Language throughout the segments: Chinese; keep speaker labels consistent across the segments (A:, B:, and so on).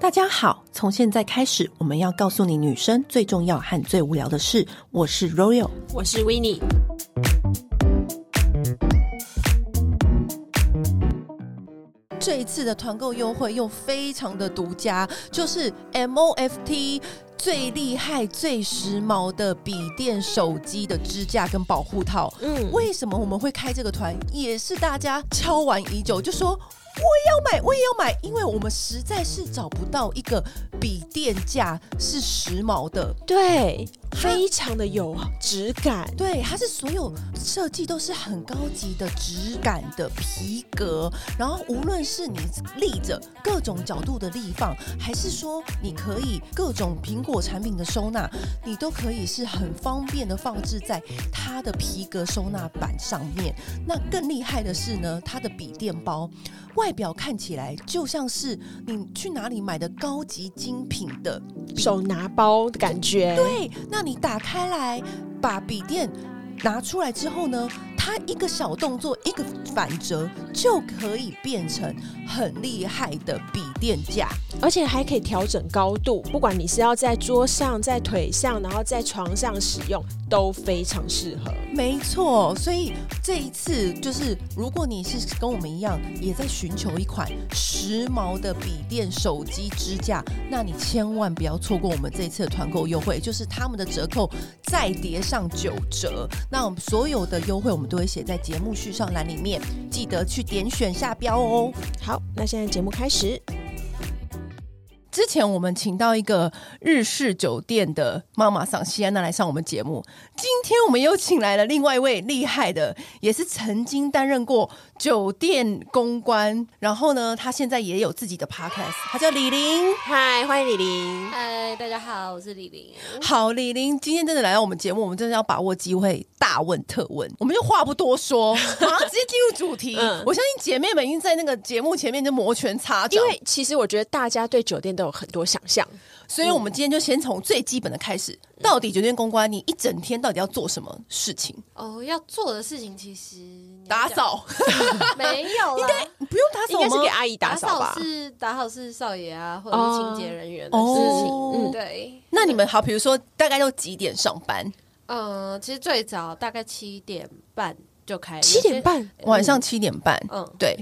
A: 大家好，从现在开始，我们要告诉你女生最重要和最无聊的事。我是 Royal，
B: 我是 w i n n i e
C: 这一次的团购优惠又非常的独家，就是 MOFT 最厉害、最时髦的笔电、手机的支架跟保护套。
B: 嗯，
C: 为什么我们会开这个团？也是大家敲完已久，就说我也要买，我也要买，因为我们实在是找不到一个笔电架是时髦的。
B: 对，非常的有质感。
C: 对，它是所有设计都是很高级的质感的皮革，然后无论是你立着各种角度的立放，还是说你可以各种苹果产品的收纳，你都可以是很方便的放置在它的皮革收纳板上面。那更厉害的是呢，它的笔电包外表看起来就像是你去哪里买的高级精品的
B: 手拿包的感觉，
C: 对，那你打开来，把笔电拿出来之后呢，它一个小动作，一个反折，就可以变成很厉害的笔电架。
B: 而且还可以调整高度，不管你是要在桌上、在腿上，然后在床上使用，都非常适合。
C: 没错，所以这一次就是，如果你是跟我们一样，也在寻求一款时髦的笔电、手机支架，那你千万不要错过我们这一次的团购优惠，就是他们的折扣再叠上九折。那我们所有的优惠我们都会写在节目叙上栏里面，记得去点选下标哦。
B: 好，那现在节目开始。
C: 之前我们请到一个日式酒店的妈妈桑西安娜来上我们节目，今天我们又请来了另外一位厉害的，也是曾经担任过酒店公关，然后呢，她现在也有自己的 podcast，她叫李玲。
B: 嗨，欢迎李玲。
D: 嗨，大家好，我是李玲。
C: 好，李玲今天真的来到我们节目，我们真的要把握机会大问特问，我们就话不多说，马上直接进入主题。
B: 嗯
C: 我相信姐妹们已经在那个节目前面就摩拳擦掌，
B: 因为其实我觉得大家对酒店都有很多想象，
C: 所以我们今天就先从最基本的开始，
B: 嗯
C: 到底酒店公关你一整天到底要做什么事情？
B: 嗯
D: 哦，要做的事情其实你要
C: 打
D: 讲
C: 扫，
D: 没有啦，
C: 你 不用打
B: 应
C: 扫
B: 该是给
C: 吗？
B: 阿姨
D: 打
B: 打扫吧？
D: 是打扫是少爷啊，或者是清洁人员的
C: 哦
D: 事情。嗯
C: 哦
D: 对，
C: 那你们好，比如说大概都几点上班？
D: 嗯、其实最早大概七点半就开，
B: 七点
D: 有
B: 半，
C: 晚上七点半，
D: 些，嗯，
C: 对，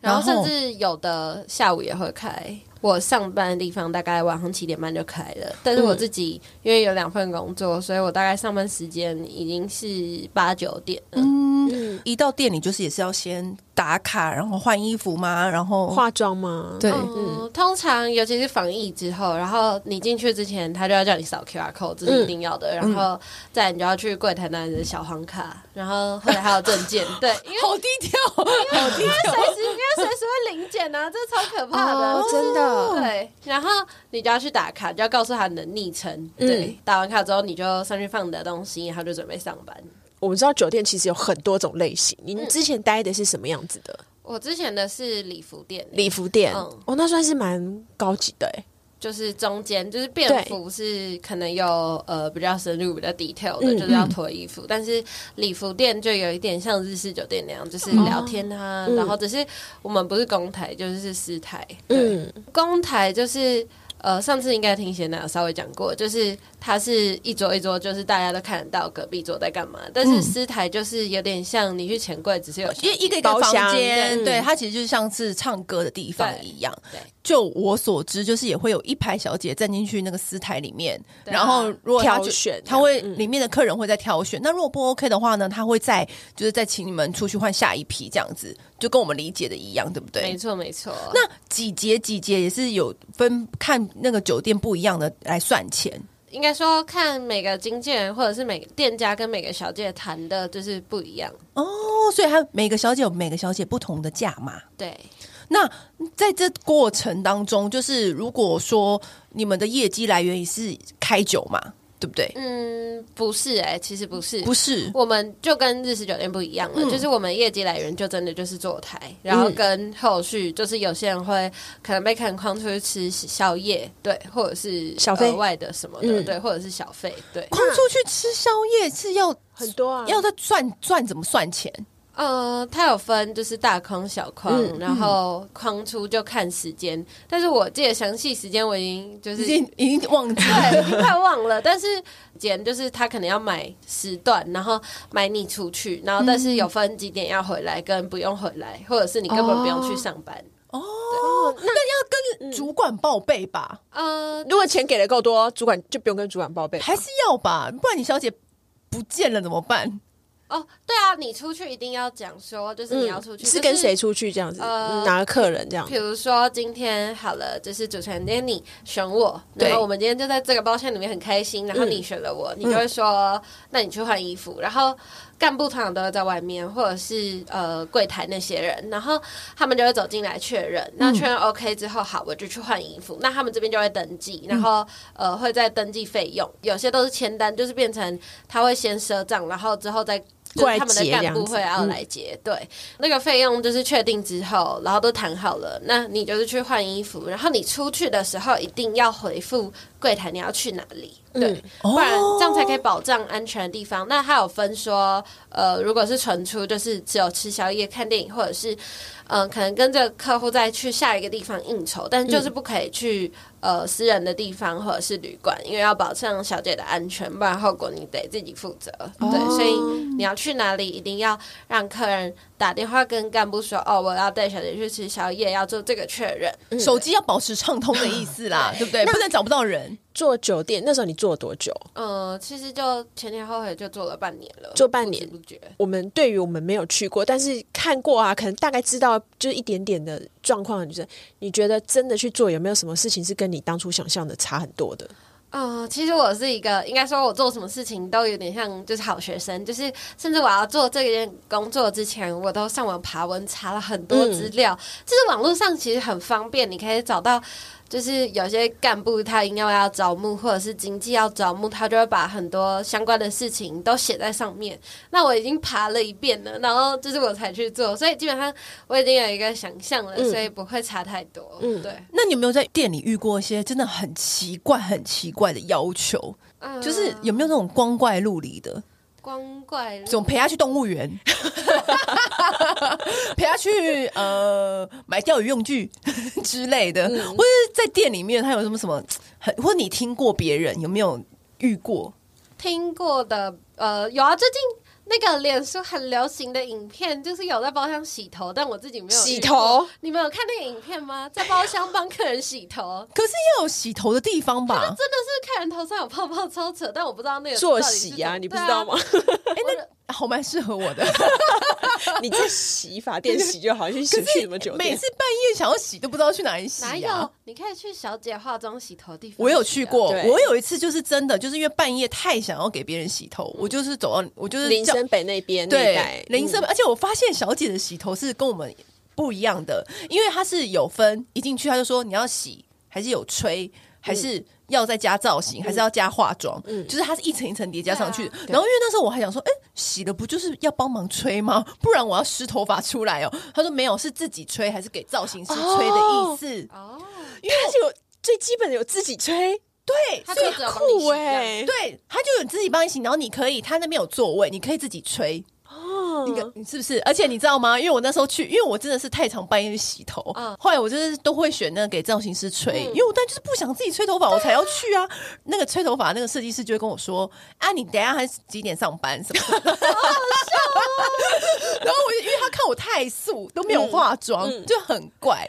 D: 然后
C: 然后
D: 甚至有的下午也会开。我上班的地方大概晚上七点半就开了，但是我自己、因为有两份工作，所以我大概上班时间已经是八九点了。
B: 嗯，
C: 一到店里就是也是要先打卡，然后换衣服嘛，然后
B: 化妆吗？
C: 对
D: 嗯，通常尤其是防疫之后，然后你进去之前，他就要叫你扫 QR code，这
B: 嗯
D: 是一定要的。然后再来你就要去柜台拿你的小黄卡，然后后来还有证 件，对，因为
C: 好低调，哦好低
D: 随
C: 调。
D: 时因为随时会领检啊，这超可怕的，
B: 哦真的
D: 对，然后你就要去打卡，就要告诉他你的昵称，对，
B: 嗯
D: 打完卡之后你就上去放你的东西，然后就准备上班。
B: 我们知道酒店其实有很多种类型，您之前待的是什么样子的？
D: 我之前的是礼服店，
B: 礼服店，
D: 嗯
B: 哦，那算是蛮高级的哎。
D: 就是中间就是便
B: 对
D: 服是可能有呃比较深入、比较 detail 的，
B: 嗯
D: 就是要脱衣服，但是礼服店就有一点像日式酒店那样，就是
C: 哦
D: 聊天啊，
B: 嗯
D: 然后只是我们不是公台，就是是私台。对，
B: 嗯，
D: 公台就是。呃，上次应该听贤娜有稍微讲过，就是它是一桌一桌，就是大家都看得到隔壁桌在干嘛。但是私台就是有点像你去钱柜，只是有
C: 嗯因为一个一个
B: 包厢
C: 房间，
B: 对
C: 对它其实就是像是唱歌的地方一样
D: 嗯对对。
C: 就我所知，就是也会有一排小姐站进去那个私台里面，
D: 对啊
C: 然后如果她就
B: 挑选
C: 她会
D: 嗯
C: 里面的客人会在挑选。那如果不 OK 的话呢，她会再就是再请你们出去换下一批，这样子就跟我们理解的一样，对不
D: 没
C: 对？
D: 错没错。
C: 那几节几节也是有分看那个酒店不一样的来算钱，
D: 应该说看每个经纪人或者是每个店家跟每个小姐谈的就是不一样。
C: 哦，所以她每个小姐有每个小姐不同的价码。
D: 对，
C: 那在这过程当中，就是如果说你们的业绩来源也是开酒嘛，对不对？
D: 嗯，不是哎、其实不是，
C: 不是，
D: 我们就跟日式酒店不一样了，就是我们业绩来源就真的就是坐台，然后跟后续就是有些人会可能被看框出去吃宵夜，对，或者是
B: 小费
D: 额外的什么的，
B: 嗯
D: 对，或者是小费，对。
C: 空出去吃宵夜是要
B: 很多啊，
C: 要在算算怎么算钱？
D: 呃，它有分就是大框、小框，
B: 嗯
D: 然后框出就看时间，但是我记得详细时间我已经就是
C: 已经已经忘记了。
D: 对，已经快忘了。但是简就是他可能要买时段，然后买你出去，然后但是有分几点要回来跟不用回来，或者是你根本不用去上班。
C: 哦，那要跟主管报备吧，
D: 呃，
B: 如果钱给的够多，主管就不用跟主管报备。
C: 还是要吧？不然你小姐不见了怎么办？
D: 哦，对啊，你出去一定要讲说，就是你要出去、
B: 嗯是跟谁？出去这样子，
D: 呃
B: 哪个客人这样
D: 比？如说今天好了，就是主持人今天你选我，然
B: 对
D: 后我们今天就在这个包厢里面很开心，然后你选了我，你就会说，那你去换衣服。然后干部通常都会在外面，或者是呃柜台那些人，然后他们就会走进来确认，那确认 OK 之后，好，我就去换衣服。那他们这边就会登记，然后呃会再登记费用，有些都是签单，就是变成他会先赊账，然后之后再。就
B: 过来
D: 是他们的
B: 结这
D: 干
B: 样
D: 部
B: 子
D: 会要
B: 嗯
D: 来结，对，那个费用就是确定之后，然后都谈好了，那你就是去换衣服，然后你出去的时候一定要回复柜台你要去哪里，对，
C: 哦
D: 不然这样才可以保障安全的地方。那还有分说，呃，如果是纯出，就是只有吃宵夜、看电影，或者是嗯、呃可能跟这个客户再去下一个地方应酬，但就是不可以去、呃私人的地方或者是旅馆，因为要保障小姐的安全，不然后果你得自己负责。对，
B: 哦
D: 所以你要去哪里，一定要让客人打电话跟干部说，哦，我要带小姐去吃宵夜，要做这个确认。
C: 手机要保持畅通的意思 啦，对不对？不能找不到人。
B: 做酒店那时候你做多久？
D: 嗯、其实就前前后后也就做了半年了，
B: 做半年
D: 不知不觉。
B: 我们对于我们没有去过，但是看过啊，可能大概知道就是一点点的状况，就是你觉得真的去做有没有什么事情是跟你当初想象的差很多的？
D: 嗯，其实我是一个，应该说我做什么事情都有点像就是好学生，就是甚至我要做这件工作之前，我都上网爬文查了很多
C: 嗯
D: 资料。就是网络上其实很方便，你可以找到，就是有些干部他应该要招募，或者是经济要招募，他就会把很多相关的事情都写在上面。那我已经爬了一遍了，然后就是我才去做，所以基本上我已经有一个想象
C: 嗯
D: 了，所以不会差太多。嗯，对，
C: 那你有没有在店里遇过一些真的很奇怪、很奇怪的要求？
D: 嗯
C: 就是有没有那种光怪陆离的？
D: 光怪陆
C: 总陪他去动物园， 陪他去呃买钓鱼用具 之类
D: 嗯
C: 的，或者是在店里面他有什么什么，很或者你听过别人有没有遇过？
D: 听过的，呃，有啊，最近那个脸书很流行的影片，就是有在包厢洗头，但我自己没有
B: 洗
D: 遇过
B: 头。
D: 你们有看那个影片吗？在包厢帮客人洗头，
C: 可是要有洗头的地方吧？
D: 真的是客人头上有泡泡超扯，但我不知道那个
B: 作
D: 到底是
B: 息呀、
D: 怎么
B: 啊
D: 啊
B: 你不知道？吗？
C: 哎、那好蛮适合我 的。
D: 啊
B: 你在洗发店洗就好，去洗去什么酒
C: 每
B: 店？
C: 次半夜想要洗都不知道去哪里洗、
D: 对
C: 啊，
D: 啊哪有？你可以去小姐化妆洗啊头的地方、
C: 我有去。过，
B: 对
C: 我有一次就是真的，就是因为半夜太想要给别人洗头，我就是走到，我就是
B: 林
C: 叫
B: 森北那边那一带
C: 对，林
D: 嗯
C: 森，而且我发现小姐的洗头是跟我们不一样的，因为她是有分，一进去她就说你要洗还是有吹，还
D: 嗯
C: 是要再加造型，还是要加化妆，就是它是一层一层叠加上去。
D: 对啊
C: 然后因为那时候我还想说，哎，洗了不就是要帮忙吹吗？ 不然我要湿头发出来哦。她说没有，是自己吹还是给造型师吹的意思？
D: 哦，
C: 因为
B: 而且有最基本的有自己吹，
C: 对，
D: 他
C: 所以
D: 就只有帮你洗
B: 酷
D: 这样
B: 哎、
C: 对，他就有自己帮你洗，然后你可以，他那边有座位，你可以自己吹。哦，你个你是不是？而且你知道吗？因为我那时候去，因为我真的是太常半夜去洗头，
D: 嗯
C: 后来我就是都会选那个给造型师吹，因为我但就是不想自己吹头发，我才要去啊。那个吹头发那个设计师就会跟我说：“啊，你等一下还几点上班什么的。” 然后我就因为他看我太素，都没有化妆，就很怪。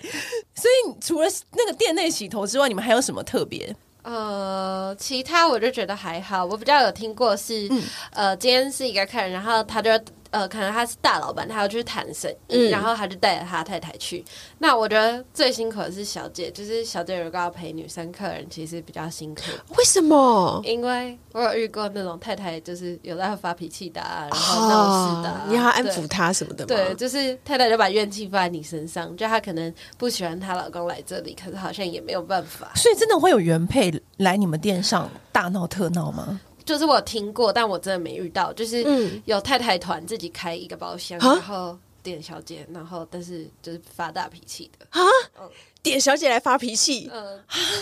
C: 所以除了那个店内洗头之外，你们还有什么特别？
D: 呃，其他我就觉得还好。我比较有听过是，
B: 嗯
D: 呃，今天是一个客人，然后他就呃，可能他是大老板，他要去谈生意，
B: 嗯
D: 然后他就带着他太太去。那我觉得最辛苦的是小姐，就是小姐如果要陪女生客人，其实比较辛苦，
B: 为什么？
D: 因为我有遇过那种太太，就是有在发脾气的、啊，然后闹事的、啊
B: 啊，你要安
D: 对
B: 抚他什么的吗？
D: 对，就是太太就把怨气放在你身上，就她可能不喜欢她老公来这里，可是好像也没有办法。
C: 所以真的会有原配来你们店上大闹特闹吗？
D: 就是我听过，但我真的没遇到。就是
B: 嗯
D: 有太太团自己开一个包厢，
B: 啊
D: 然后店小姐，然后但是就是发大脾气的，
B: 点小姐来发脾气
D: 呃，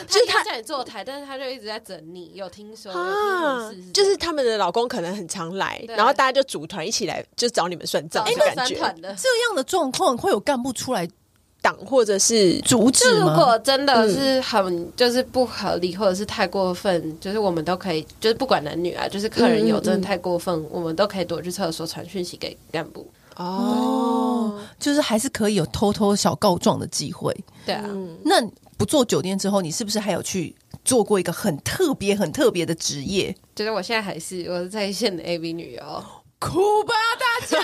D: 就是他叫你坐台，但是他就一直在整你，有听说有听
B: 啊
D: 闻是，
B: 就是他们的老公可能很常来，
D: 对
B: 然后大家就组团一起来，就找你们算账
D: 哎
B: 的感觉。
D: 团的。
C: 这样的状况会有干部出来
B: 党或者是
C: 阻
D: 就
C: 止
D: 如
C: 吗？
D: 果真的是很就是不合理，或者是太过分，就是我们都可以，就是不管男女啊，就是客人有真的太过分，我们都可以躲去厕所传讯息给干部。
B: 哦，
C: 就是还是可以有偷偷小告状的机会。
D: 对啊，
C: 那不做酒店之后，你是不是还有去做过一个很特别、很特别的职业？
D: 就是我现在还是我是在线的 AV 女优，
C: 哭吧，大家！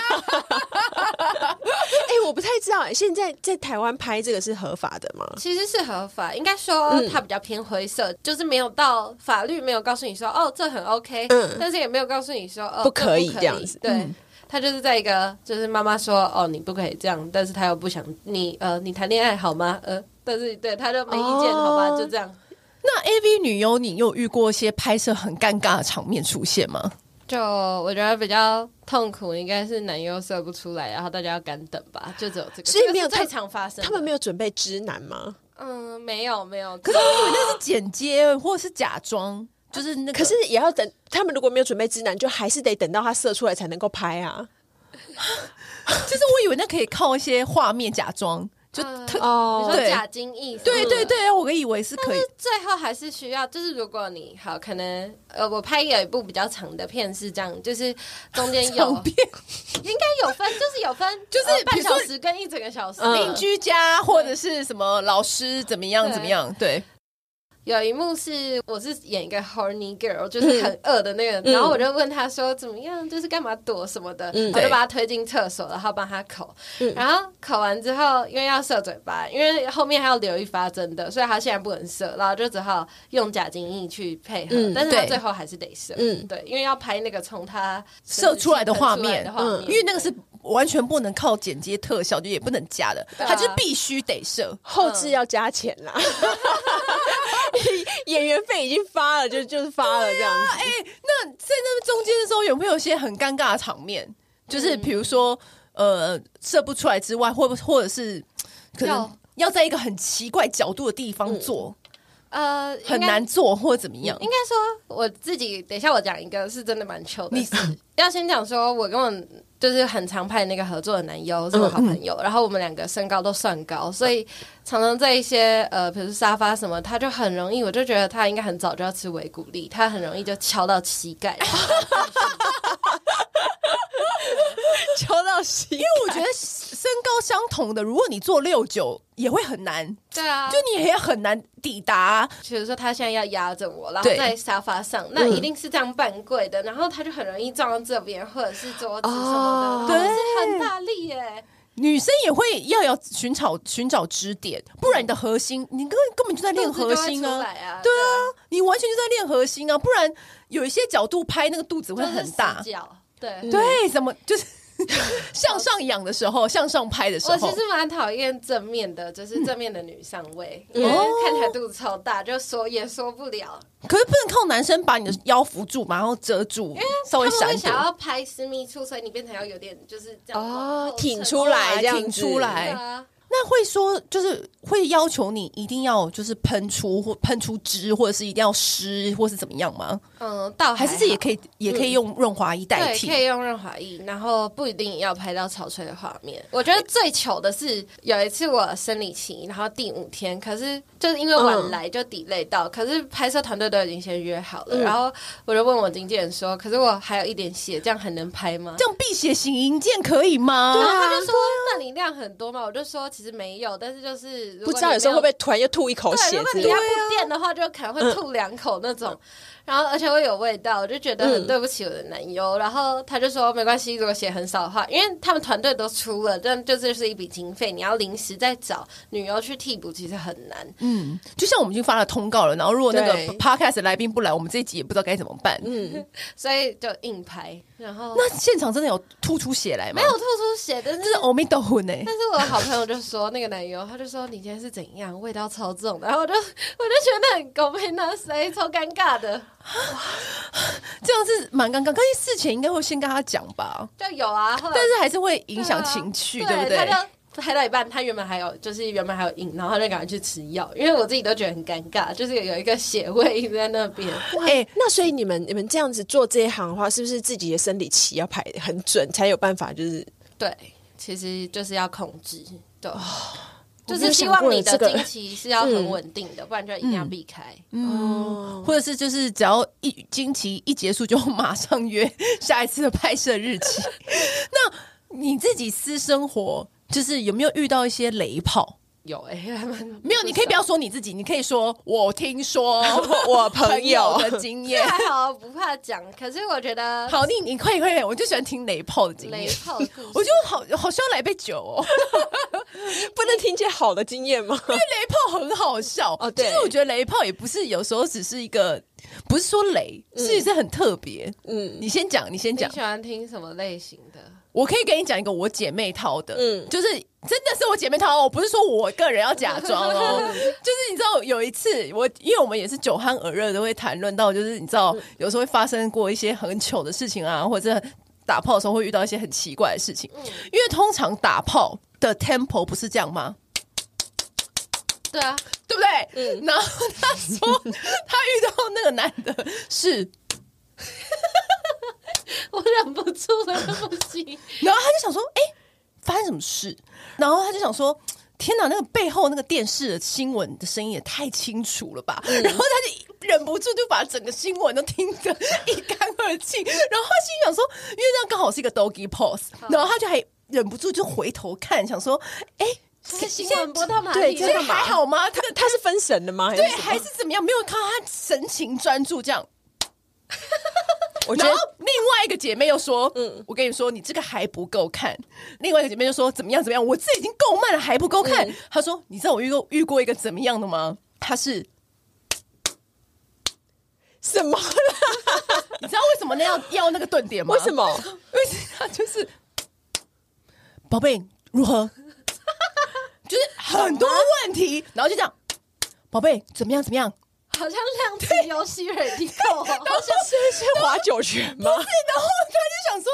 B: 哎、我不太知道、哎现在在台湾拍这个是合法的吗？
D: 其实是合法，应该说
B: 嗯
D: 它比较偏灰色，就是没有到法律没有告诉你说哦这很 OK，、但是也没有告诉你说哦
B: 嗯不可以
D: 这不可以
B: 这样子嗯
D: 对。他就是在一个，就是妈妈说哦，你不可以这样，但是他又不想你，呃，你谈恋爱好吗？呃，但是对他就没意见，
B: 哦
D: 好吧，就这样，
C: 那 A V 女优，你有遇过一些拍摄很尴尬的场面出现吗？
D: 就我觉得比较痛苦，应该是男优射不出来，然后大家要敢等吧，就只有这个，
B: 所以没有
D: 这
B: 他
D: 个是最常发生的。
B: 他们没有准备直男吗？
D: 嗯，没有没有，
C: 可是我以为那是剪接或者是假装，就是那个。
B: 可是也要等他们如果没有准备直男，就还是得等到他射出来才能够拍啊。
C: 就是我以为那可以靠一些画面假装，就特、
D: 你
B: 哦
D: 说
C: 对
D: 假精意思，
C: 对对对，我以为是可以。
D: 最后还是需要，就是如果你好，可能呃，我拍有一部比较长的片是这样，就是中间有
C: 旁
D: 应
C: 边
D: 该有分，就是有分，
C: 就是
D: 呃
C: 比
D: 半
C: 如说
D: 小时跟一整个小时。
B: 嗯
C: 邻居家或者是什么老师怎么样
D: 对
C: 怎么样？对，
D: 有一幕是我是演一个 horny girl，就是很饿的那个，
C: 嗯
D: 然后我就问他说怎么样，就是干嘛躲什么的，我
C: 对嗯
D: 就把他推进厕所，然后帮他口，然后口完之后，因为要射嘴巴，因为后面还要留一发针的，所以他现在不能射，然后就只好用假精液去配合，
B: 嗯
D: 但是他
C: 对
D: 最后还是得射，
B: 嗯
D: 对，因为要拍那个从他
C: 射出来的画面嗯
D: 射出来的画面
C: 因为那个是完全不能靠剪接特效，就也不能假的，
D: 对啊
C: 它就是必须得射。
B: 后置要加钱啦， 演员费已经发了，就就是发了这样子。
C: 哎、那在那中间的时候，有没有一些很尴尬的场面？就是比如说，呃，射不出来之外，或不或者是可能
D: 要
C: 要在一个很奇怪角度的地方做，
D: 呃
C: 很难。做或者怎么样？
D: 应该说我自己，等一下我讲一个是真的蛮糗的事。 要先讲说，我跟我就是很常拍那个合作的男优是我
C: 嗯
D: 好朋友，然后我们两个身高都算高，所以常常在一些呃，比如说沙发什么，他就很容易，我就觉得他应该很早就要吃维骨力，他很容易就敲到膝盖。
B: 敲到心，因
C: 因为我觉得身高相同的，如果你做六九也会很难，
D: 对啊，
C: 就你也很难抵达。
D: 比如说他现在要压着我，然后
C: 对
D: 在沙发上，那一定是这样半跪的，然后他就很容易撞到这边或者是桌子什么的，
C: 哦
D: 然后是很大力耶。
C: 女生也会要有寻找寻找支点，不然你的核心，你根本根本就在练
D: 肚子就
C: 核
D: 会
C: 心
D: 出
C: 啊，
D: 来啊
C: 对啊，你完全就在练核心啊，不然有一些角度拍那个肚子会很大
D: 就是死，角对。
C: 对，怎么就是 向上仰的时候，向上拍的时
D: 我哦其
C: 候
D: 实，蛮讨厌正面的，
C: 嗯
D: 就是正面的女上位，因为
C: 哦
D: 看起来肚子超大，就说也说不了。
C: 可是不能靠男生把你的腰扶住嘛，然后遮住，稍
D: 他
C: 微
D: 们
C: 闪
D: 会
C: 躲
D: 想。要拍私密处，所以你变成要有点就是这样
B: 哦
D: 往后
B: 挺
D: 侧
B: 出来这样子
C: 挺出
D: 对
C: 来，
D: 啊，
C: 那会说，就是会要求你一定要就是喷出或喷出汁，或者是一定要湿，或是怎么样吗？
D: 嗯，倒
C: 还是这也
D: 以
C: 可以，也可以用润滑液代
D: 对，
C: 替
D: 可。以用润滑液，然后不一定要拍到潮吹的画面。我觉得最糗的是有一次我生理期，然后第五天，可是就是因为晚来就 delay 到，可是拍摄团队都已经先约好了，
B: 嗯
D: 然后我就问我经纪人说，可是我还有一点血，这样还能拍吗？
C: 这样辟邪型银剑可以吗？
B: 啊
D: 然后啊他就说：“那你量很多吗？”我就说：“其实没有，但是就是如
B: 不
D: 果
B: 知道
D: 你
B: 有时候会
D: 没
B: 不会突然又吐一口
D: 对，
B: 血
D: 如果
B: 之
D: 你
B: 类
D: 要
B: 的。
D: 不垫的话，就可能会吐两口那种，然后而且会有味道，我就觉得很对不起我的男优。然后他就说没关系，如果血很少的话，因为他们团队都出了，但就这是一笔经费，你要临时再找女优去替补，其实很难。
C: 嗯，就像我们已经发了通告了，然后如果那个
B: 对
C: podcast 的来宾不来，我们这一集也不知道该怎么办。嗯，
D: 所以就硬拍，然后
C: 那现场真的有吐出血来吗？
D: 没有，吐出血，但是
C: 这是欧米斗魂呢。对，
D: 但是我好朋友就说，那个男友他就说你今天是怎样，味道超重的，然后我就我就觉得很狗被那谁超尴尬的，
C: 这样是蛮尴尬。可是事前应该会先跟他讲吧，
D: 就有啊，后来
C: 但是还是会影响
D: 对啊
C: 情绪，
D: 对啊
C: 不对？
D: 他就拍到一半，他原本还有就是原本还有瘾，然后他就赶快去吃药，因为我自己都觉得很尴尬，就是有一个血味一直在那边。
C: 哎
B: 那所以你们你们这样子做这一行的话，是不是自己的生理期要排得很准，才有办法就是
D: 对，其实就是要控制，对，
B: 我
D: 哦就
B: 没有
D: 是
B: 想
D: 希
B: 过
D: 望
B: 有
D: 你
B: 这
D: 的
B: 个
D: 经期是要很稳定的，不然就一定要避开。
B: 哦，
C: 或者是就是只要一经期一结束就马上约下一次的拍摄日 期。那你自己私生活就是有没有遇到一些雷炮？
D: 有哎、欸，还蛮
C: 没有，你可以不要说你自己，你可以说我听说
B: 我朋友
C: 的经验。
D: 还啊好，不怕讲。可是我觉得
C: 好，你你快点快点，我就喜欢听雷炮的经
D: 雷
C: 验。
D: 炮的故事，
C: 我就好好需要来杯酒哦，
B: 不能听见好的经验吗？
C: 雷炮很好笑
B: 哦对
C: 其实我觉得雷炮也不是有时候只是一个，不是说雷，是是很特别。
B: 嗯，
C: 你先讲，你先
D: 你
C: 讲，
D: 喜欢听什么类型的？
C: 我可以跟你讲一个我姐妹掏的，
B: 嗯
C: 嗯，就是真的是我姐妹掏哦，不是说我个人要假装哦，就是你知道有一次我，因为我们也是酒酣耳热的会谈论到，就是你知道有时候会发生过一些很糗的事情啊，或者打炮的时候会遇到一些很奇怪的事情，因为通常打炮的 tempo 不是这样吗？
D: 对啊，
C: 对不对？然后他说他遇到那个男的是，
D: 我忍不住了，不行。
C: 然后他就想说，哎、发生什么事？然后他就想说。天哪，那个背后那个电视的新闻的声音也太清楚了吧！然后他就忍不住就把整个新闻都听得一干二净。然后他心想说，因为那刚好是一个 doggy pose，然后他就还忍不住就回头看，想说，哎、
D: 这个新闻播到哪里？
B: 对
C: 现在
B: 这个
C: 还好吗？他
B: 他是分神的吗？
C: 对
B: 还是什么
C: 还是怎么样？没有看到他神情专注这样。
B: 我觉
C: 然
B: 得
C: 后另外一个姐妹又说：“嗯，我跟你说，你这个还不够看。”另外一个姐妹就说：“怎么样？怎么样？我这已经够慢了，还不够看。
B: 嗯
C: 她说：“你知道我遇过遇过一个怎么样的吗？她是
B: 什么？
C: 你知道为什么那要要那个顿点吗？
B: 为什？么？
C: 因为她就是宝贝如何， 就是很多问题，然后就这样，宝贝怎么样？怎么样？
D: 好像量子游戏人机构，
B: 好像是是划九 泉吗？
C: 然后他就想说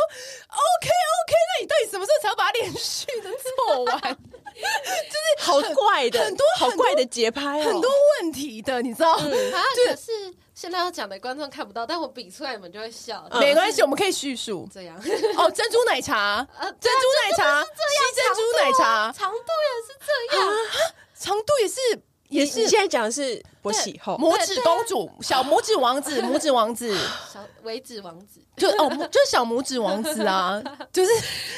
C: ，OK OK，那你到底什么时候才要把它连续的做完？就是
B: 好怪的，
C: 很多
B: 好
C: 很多
B: 怪的节拍哦，
C: 很多问题的，你知道？
D: 啊，
C: 就是
D: 可是现在要讲的观众看不到，但我比出来你们就会笑。
C: 没关系，我们可以叙述。
D: 这样，
C: 哦，啊珍珠奶茶，
D: 呃
C: 珍珠奶茶，吸珍珠奶茶，啊
D: 长度也是这样，
C: 长度也是也
B: 你你
C: 是
B: 现在讲的是哦我喜后，
C: 拇指公主，小拇指王子，拇指王子，
D: 小为止王子，
C: 就哦，拇就是小拇指王子啊，就是。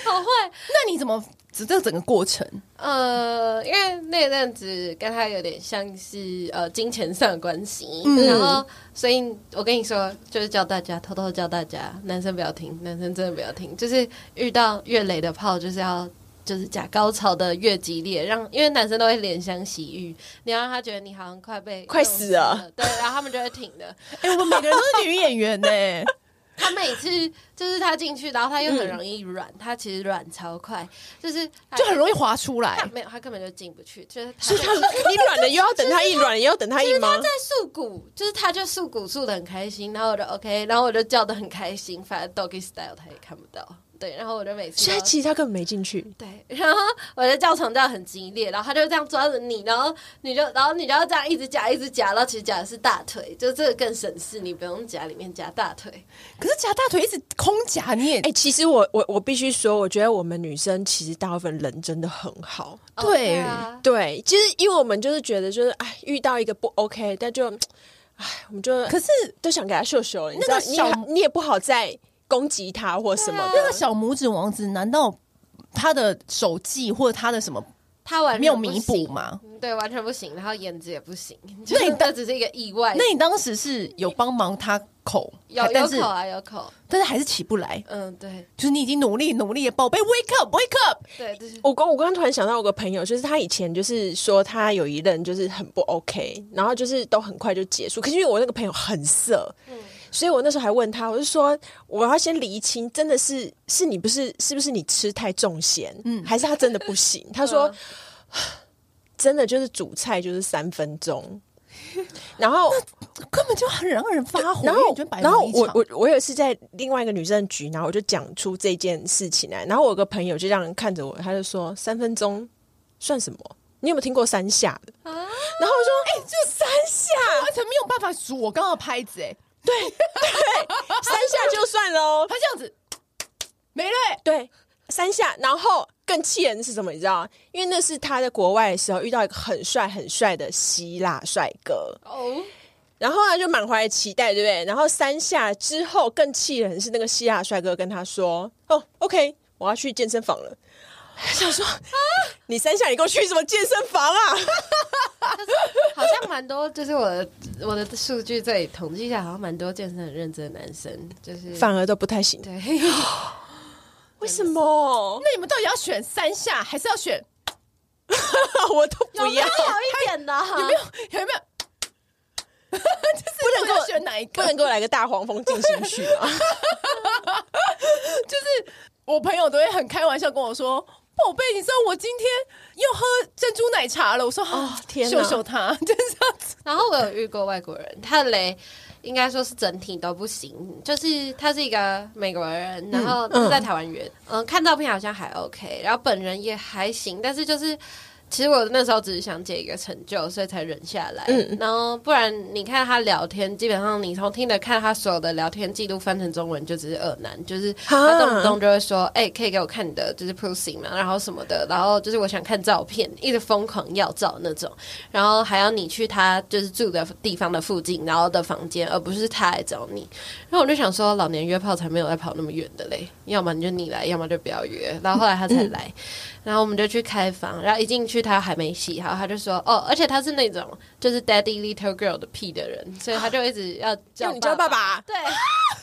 D: 好坏。
C: 那你怎么这这整个过程？
D: 呃，因为那阵子跟他有点像是呃金钱上的关系，然后所以我跟你说，就是教大家偷偷教大家，男生不要听，男生真的不要听，就是遇到越雷的炮就是要。就是假高潮的越激烈，让因为男生都会怜香惜玉，你要让他觉得你好像快被
B: 快
D: 弄
B: 死
D: 死
B: 了
D: 了，对，然后他们就会停的。
C: 哎，我们每个人都是女演员呢。
D: 他每次就是他进去，然后他又很容易软，他其实软超快，就是
C: 就很容
D: 易
C: 易滑出来。
D: 没有，他根本就进不去，就是他
B: 是他 你软了又要等他硬，软了又要等他硬吗
D: 他？在诉苦，就是他就诉苦诉的很开心，然后我就 OK，然后我就叫的很开心，反正 Doggy Style 他也看不到，对，然后我就每次
B: 所
D: 都
B: 以其实他根本没进去，
D: 对，然后我就叫床叫得很激烈，然后他就这样抓着你，然后你就然后你就要这样一直夹一直夹，然后其实夹的是大腿，就这个更省事，你不用夹里面夹大腿，
C: 可是夹大腿一直空夹，你也、
B: 哎、其实我我我必须说，我觉得我们女生其实大部分人真的很好。
D: 哦
C: 对
D: 对啊，
B: 对，其实因为我们就是觉得就是哎，遇到一个不 OK，但就哎，我们就
C: 可是
B: 都想给他秀秀了。你知
C: 那
B: 道
C: 个
B: 你
C: 小
B: 也你也不好再攻击他或什么的。
D: 对
C: 那个小拇指王子，难道他的手技或者他的什么
D: 他完全
C: 没有
D: 不
C: 弥
D: 行
C: 补吗？
D: 嗯对，完全不行，然后颜值也不行，就
C: 那
D: 是
C: 你
D: 这只是一个意外，
C: 那你当时是有帮忙他口，
D: 有
C: 但
D: 有
C: 是
D: 口啊有口，
C: 但是还是起不来，
D: 嗯，对
C: 就是你已经努力努力，宝贝，wake up，wake up，
D: 对，就是
B: 我刚我刚刚突然想到，我有个朋友，就是他以前就是说他有一任就是很不 OK，然后就是都很快就结束。可是因为我那个朋友很色，所以我那时候还问他，我就说我要先厘清，真的是是你不是是不是你吃太重咸，嗯，还是他真的不行？他说、 真的就是煮菜就是三分钟，然后
C: 根本就很让人发火。
B: 然后
C: 就白忙一
B: 然后我
C: 场
B: 我我有一次在另外一个女生的局，然后我就讲出这件事情来，然后我有个朋友就让人看着我，他就说三分钟算什么？你有没有听过三下的？
C: 啊
B: 然后我说，哎、就三下，
C: 完全没有办法数我刚刚的拍子，哎，
B: 三下就算了哦。
C: 他这样子没了欸，
B: 对，三下。然后更气人的是什么？你知道吗？因为那是他在国外的时候遇到一个很帅很帅的希腊帅哥，
D: 哦，
B: 然后他就满怀期待，对不对？然后三下之后更气人是那个希腊帅哥跟他说：“哦，OK，我要去健身房了。” 想说，啊你三下你给我去什么健身房啊？
D: 好像蛮多，就是我的我的数据这里统计一下，好像蛮多健身很认真的男生，就是
B: 反而都不太行，
D: 对，
B: 为什么？
C: 那你们到底要选三下，还是要选
B: 我都不
D: 有没有
B: 要，
D: 一点 呢？
B: 啊
D: 有没有？
C: 有没有？不能
B: 够
C: 够选哪一
B: 不
C: 个？
B: 能给我来个大黄蜂进行曲吗？
C: 我朋友都会很开玩笑跟我说：“宝贝，你知道我今天又喝珍珠奶茶了。”我说：“啊，
B: 哦天
C: 秀
B: 哪
C: 秀他， 就是这样子。
D: 然后我有遇过外国人，他的雷应该说是整体都不行，就是他是一个美国人，然后
B: 嗯
D: 在台湾人，嗯、看照片好像还 OK，然后本人也还行，但是就是。其实我那时候只是想解一个成就，所以才忍下来。
B: 嗯
D: 然后不然你看他聊天，基本上你从听的看他所有的聊天记录翻成中文，就只是恶男，就是他动不动就会说：“哎、可以给我看你的就是 pussy 嘛，然后什么的，然后就是我想看照片，一直疯狂要照那种，然后还要你去他就是住的地方的附近，然后的房间，而不是他来找你。然后我就想说，老年约炮才没有在跑那么远的嘞，要么你就你来，要么就不要约。然后后来他才来，
B: 嗯
D: 然后我们就去开房，然后一进去他还没洗好，他就说哦，而且他是那种就是 daddy little girl 的屁的人，所以他就一直要叫
B: 叫你叫爸爸
D: 对，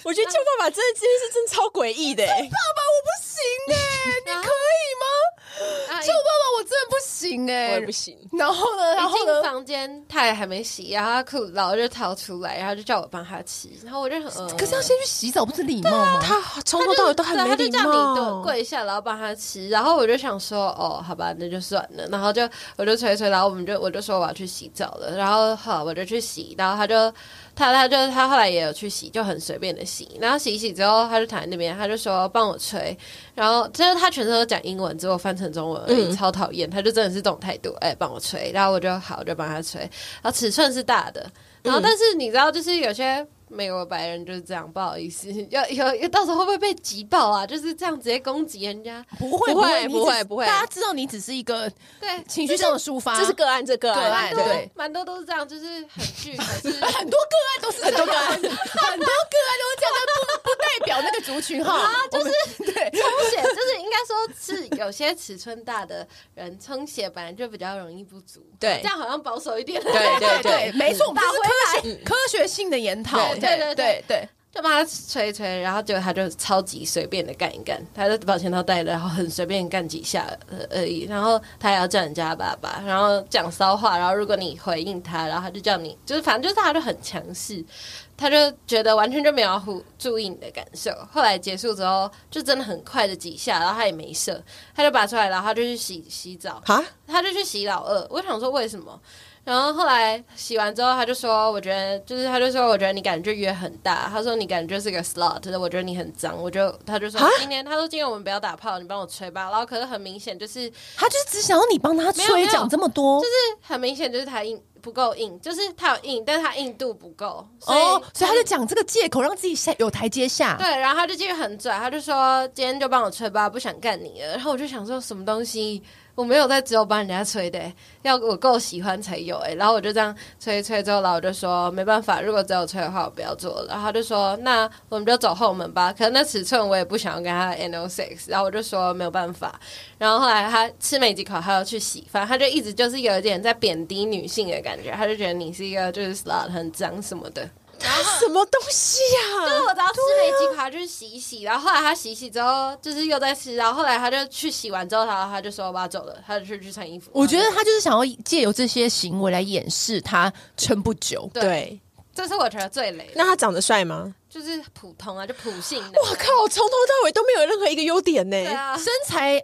B: 我觉得叫爸爸真的这件事真的超诡异的、欸。
C: 爸爸，我不行哎、
D: 然
C: 你
D: 后
C: 可以吗？”
D: 然后
C: 就爸爸，我真的不行哎、
B: 我也不行。
C: 然后呢，然
D: 一
C: 后
D: 进
C: 呢？
D: 房间，他也还没洗，然后他裤子然后就掏出来，然后就叫我帮他洗，然后我就很呃，
C: 可是要先去洗澡，不是礼貌吗？
B: 他从头到尾都很
D: 对
B: 没
D: 他就
B: 礼
D: 叫你对
B: 貌。
D: 跪下，然后帮他吃。然后我就想说，哦，好吧，那就算了。然后就我就捶一捶，然后我们就我就说我要去洗澡了。然后好，我就去洗，然后他就他他就他后来也有去洗，就很随便的洗。然后洗一洗之后，他就躺在那边，他就说帮我捶。然后就是他全程都讲英文，只有翻成中文而
C: 嗯
D: 已，超讨厌。他就真的是这种态度，哎、帮我捶。然后我就好，我就帮他捶。然后尺寸是大的，然后
C: 嗯
D: 但是你知道，就是有些美国白人就是这样，不好意思，要有有到时候会不会被挤爆啊？就是这样直接攻击人家，
C: 不
B: 不会
C: 你
B: 不
C: 只
B: 会
C: 是
B: 不会
C: 大家知道你只是一个
D: 对。
C: 情绪上的抒发，
B: 这是个案，这个
C: 个案
B: 案，
D: 蛮多
C: 对，
D: 蛮多都是这样，就是很巨，还 是
C: 很多个案都是很多个案，很多个案都是这样，但不不 代表那个族群哈。
D: 啊，就是
C: 对，
D: 充血，就是应该说是有些尺寸大的人充血本来就比较容易不足，
B: 对
D: 这样好像保守一点，
B: 对
C: 对
B: 对
C: 对，没错，我们这是科
D: 打
C: 学科学性的研讨，
D: 对对对
C: 对对，
D: 就帮他捶一捶，然后结果他就超级随便的干一干，他就把钱包带了，然后很随便干几下呃而已，然后他还要叫人家爸爸，然后讲骚话，然后如果你回应他，然后他就叫你，就是反正就是他就很强势，他就觉得完全就没有要顾注意你的感受。后来结束之后，就真的很快的几下，然后他也没射，他就拔出来，然后他就去洗洗澡，
B: 啊，
D: 他就去洗老二。我想说为什么？然后后来洗完之后，他就说：“我觉得就是，他就说我觉得你感觉约很大。他说你感觉是个 slut，我觉得你很脏。我就他就说
B: 啊
D: 今天他说今天我们不要打炮，你帮我吹吧。然后可是很明显就是
C: 他就是只想要你帮他
D: 没有没
C: 吹，
D: 有
C: 讲这么多，
D: 就是很明显就是他硬不够硬，就是他有硬，但是他硬度不够。所以
C: 哦，所以他就讲这个借口，让自己下有台阶下。
D: 对，然后他就继续很拽，他就说今天就帮我吹吧，不想干你了。然后我就想说什么东西，我没有在只有帮人家吹的、要我够喜欢才有哎、然后我就这样吹一吹之后，然后我就说没办法，如果只有吹的话，我不要做了。然后他就说那我们就走后门吧。可能那尺寸我也不想要跟他 N O six，然后我就说没有办法。然后后来他吃没几口，他要去洗，反正他就一直就是有一点在贬低女性的感觉，他就觉得你是一个就是 slut 很脏什么的。
B: 什么东西
D: 就是
B: 呀？
D: 我只要吃没几口，他就去洗一洗，然后后来他洗一洗之后，就是又在吃，然后后来他就去洗完之后，然后他就说我要走了，他就去去穿衣服。
C: 我觉得他就是想要借由这些行为来掩饰他撑不久。
D: 对
B: 对，
D: 这是我觉得最雷的，
B: 那他长得帅吗？
D: 就是普通啊，就普信男。
B: 我靠，从头到尾都没有任何一个优点呢、
D: 对啊，
C: 身材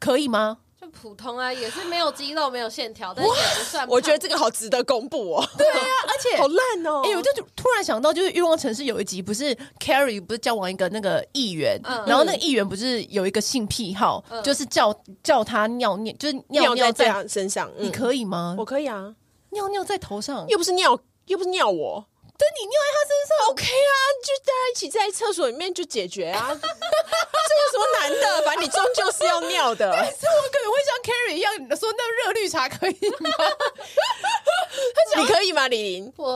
C: 可以吗？
D: 就普通啊，也是没有肌肉，没有线条，但也不算胖。
B: 我觉得这个好值得公布哦，对，
C: 对啊，而且
B: 好烂哦。
C: 哎、我就突然想到，就是《欲望城市》有一集，不是 Carrie 不是交往一个那个议员，
D: 嗯
C: 然后那个议员不是有一个性癖好，
D: 嗯
C: 就是叫叫他尿尿，就是尿
B: 尿
C: 尿
B: 在这
C: 在，
B: 样身上，嗯
C: 你可以吗？
B: 我可以啊，
C: 尿尿在头上，
B: 又不是尿，又不是尿我。
C: 但你尿在
B: OK 啊，就大家一起在厕所里面就解决 啊，这有什么难的？反正你终究是要尿的，
C: 他身上，是我可能会像 Carrie 一样说那热绿茶可以吗？
B: 你可以吗，李玲？
D: 我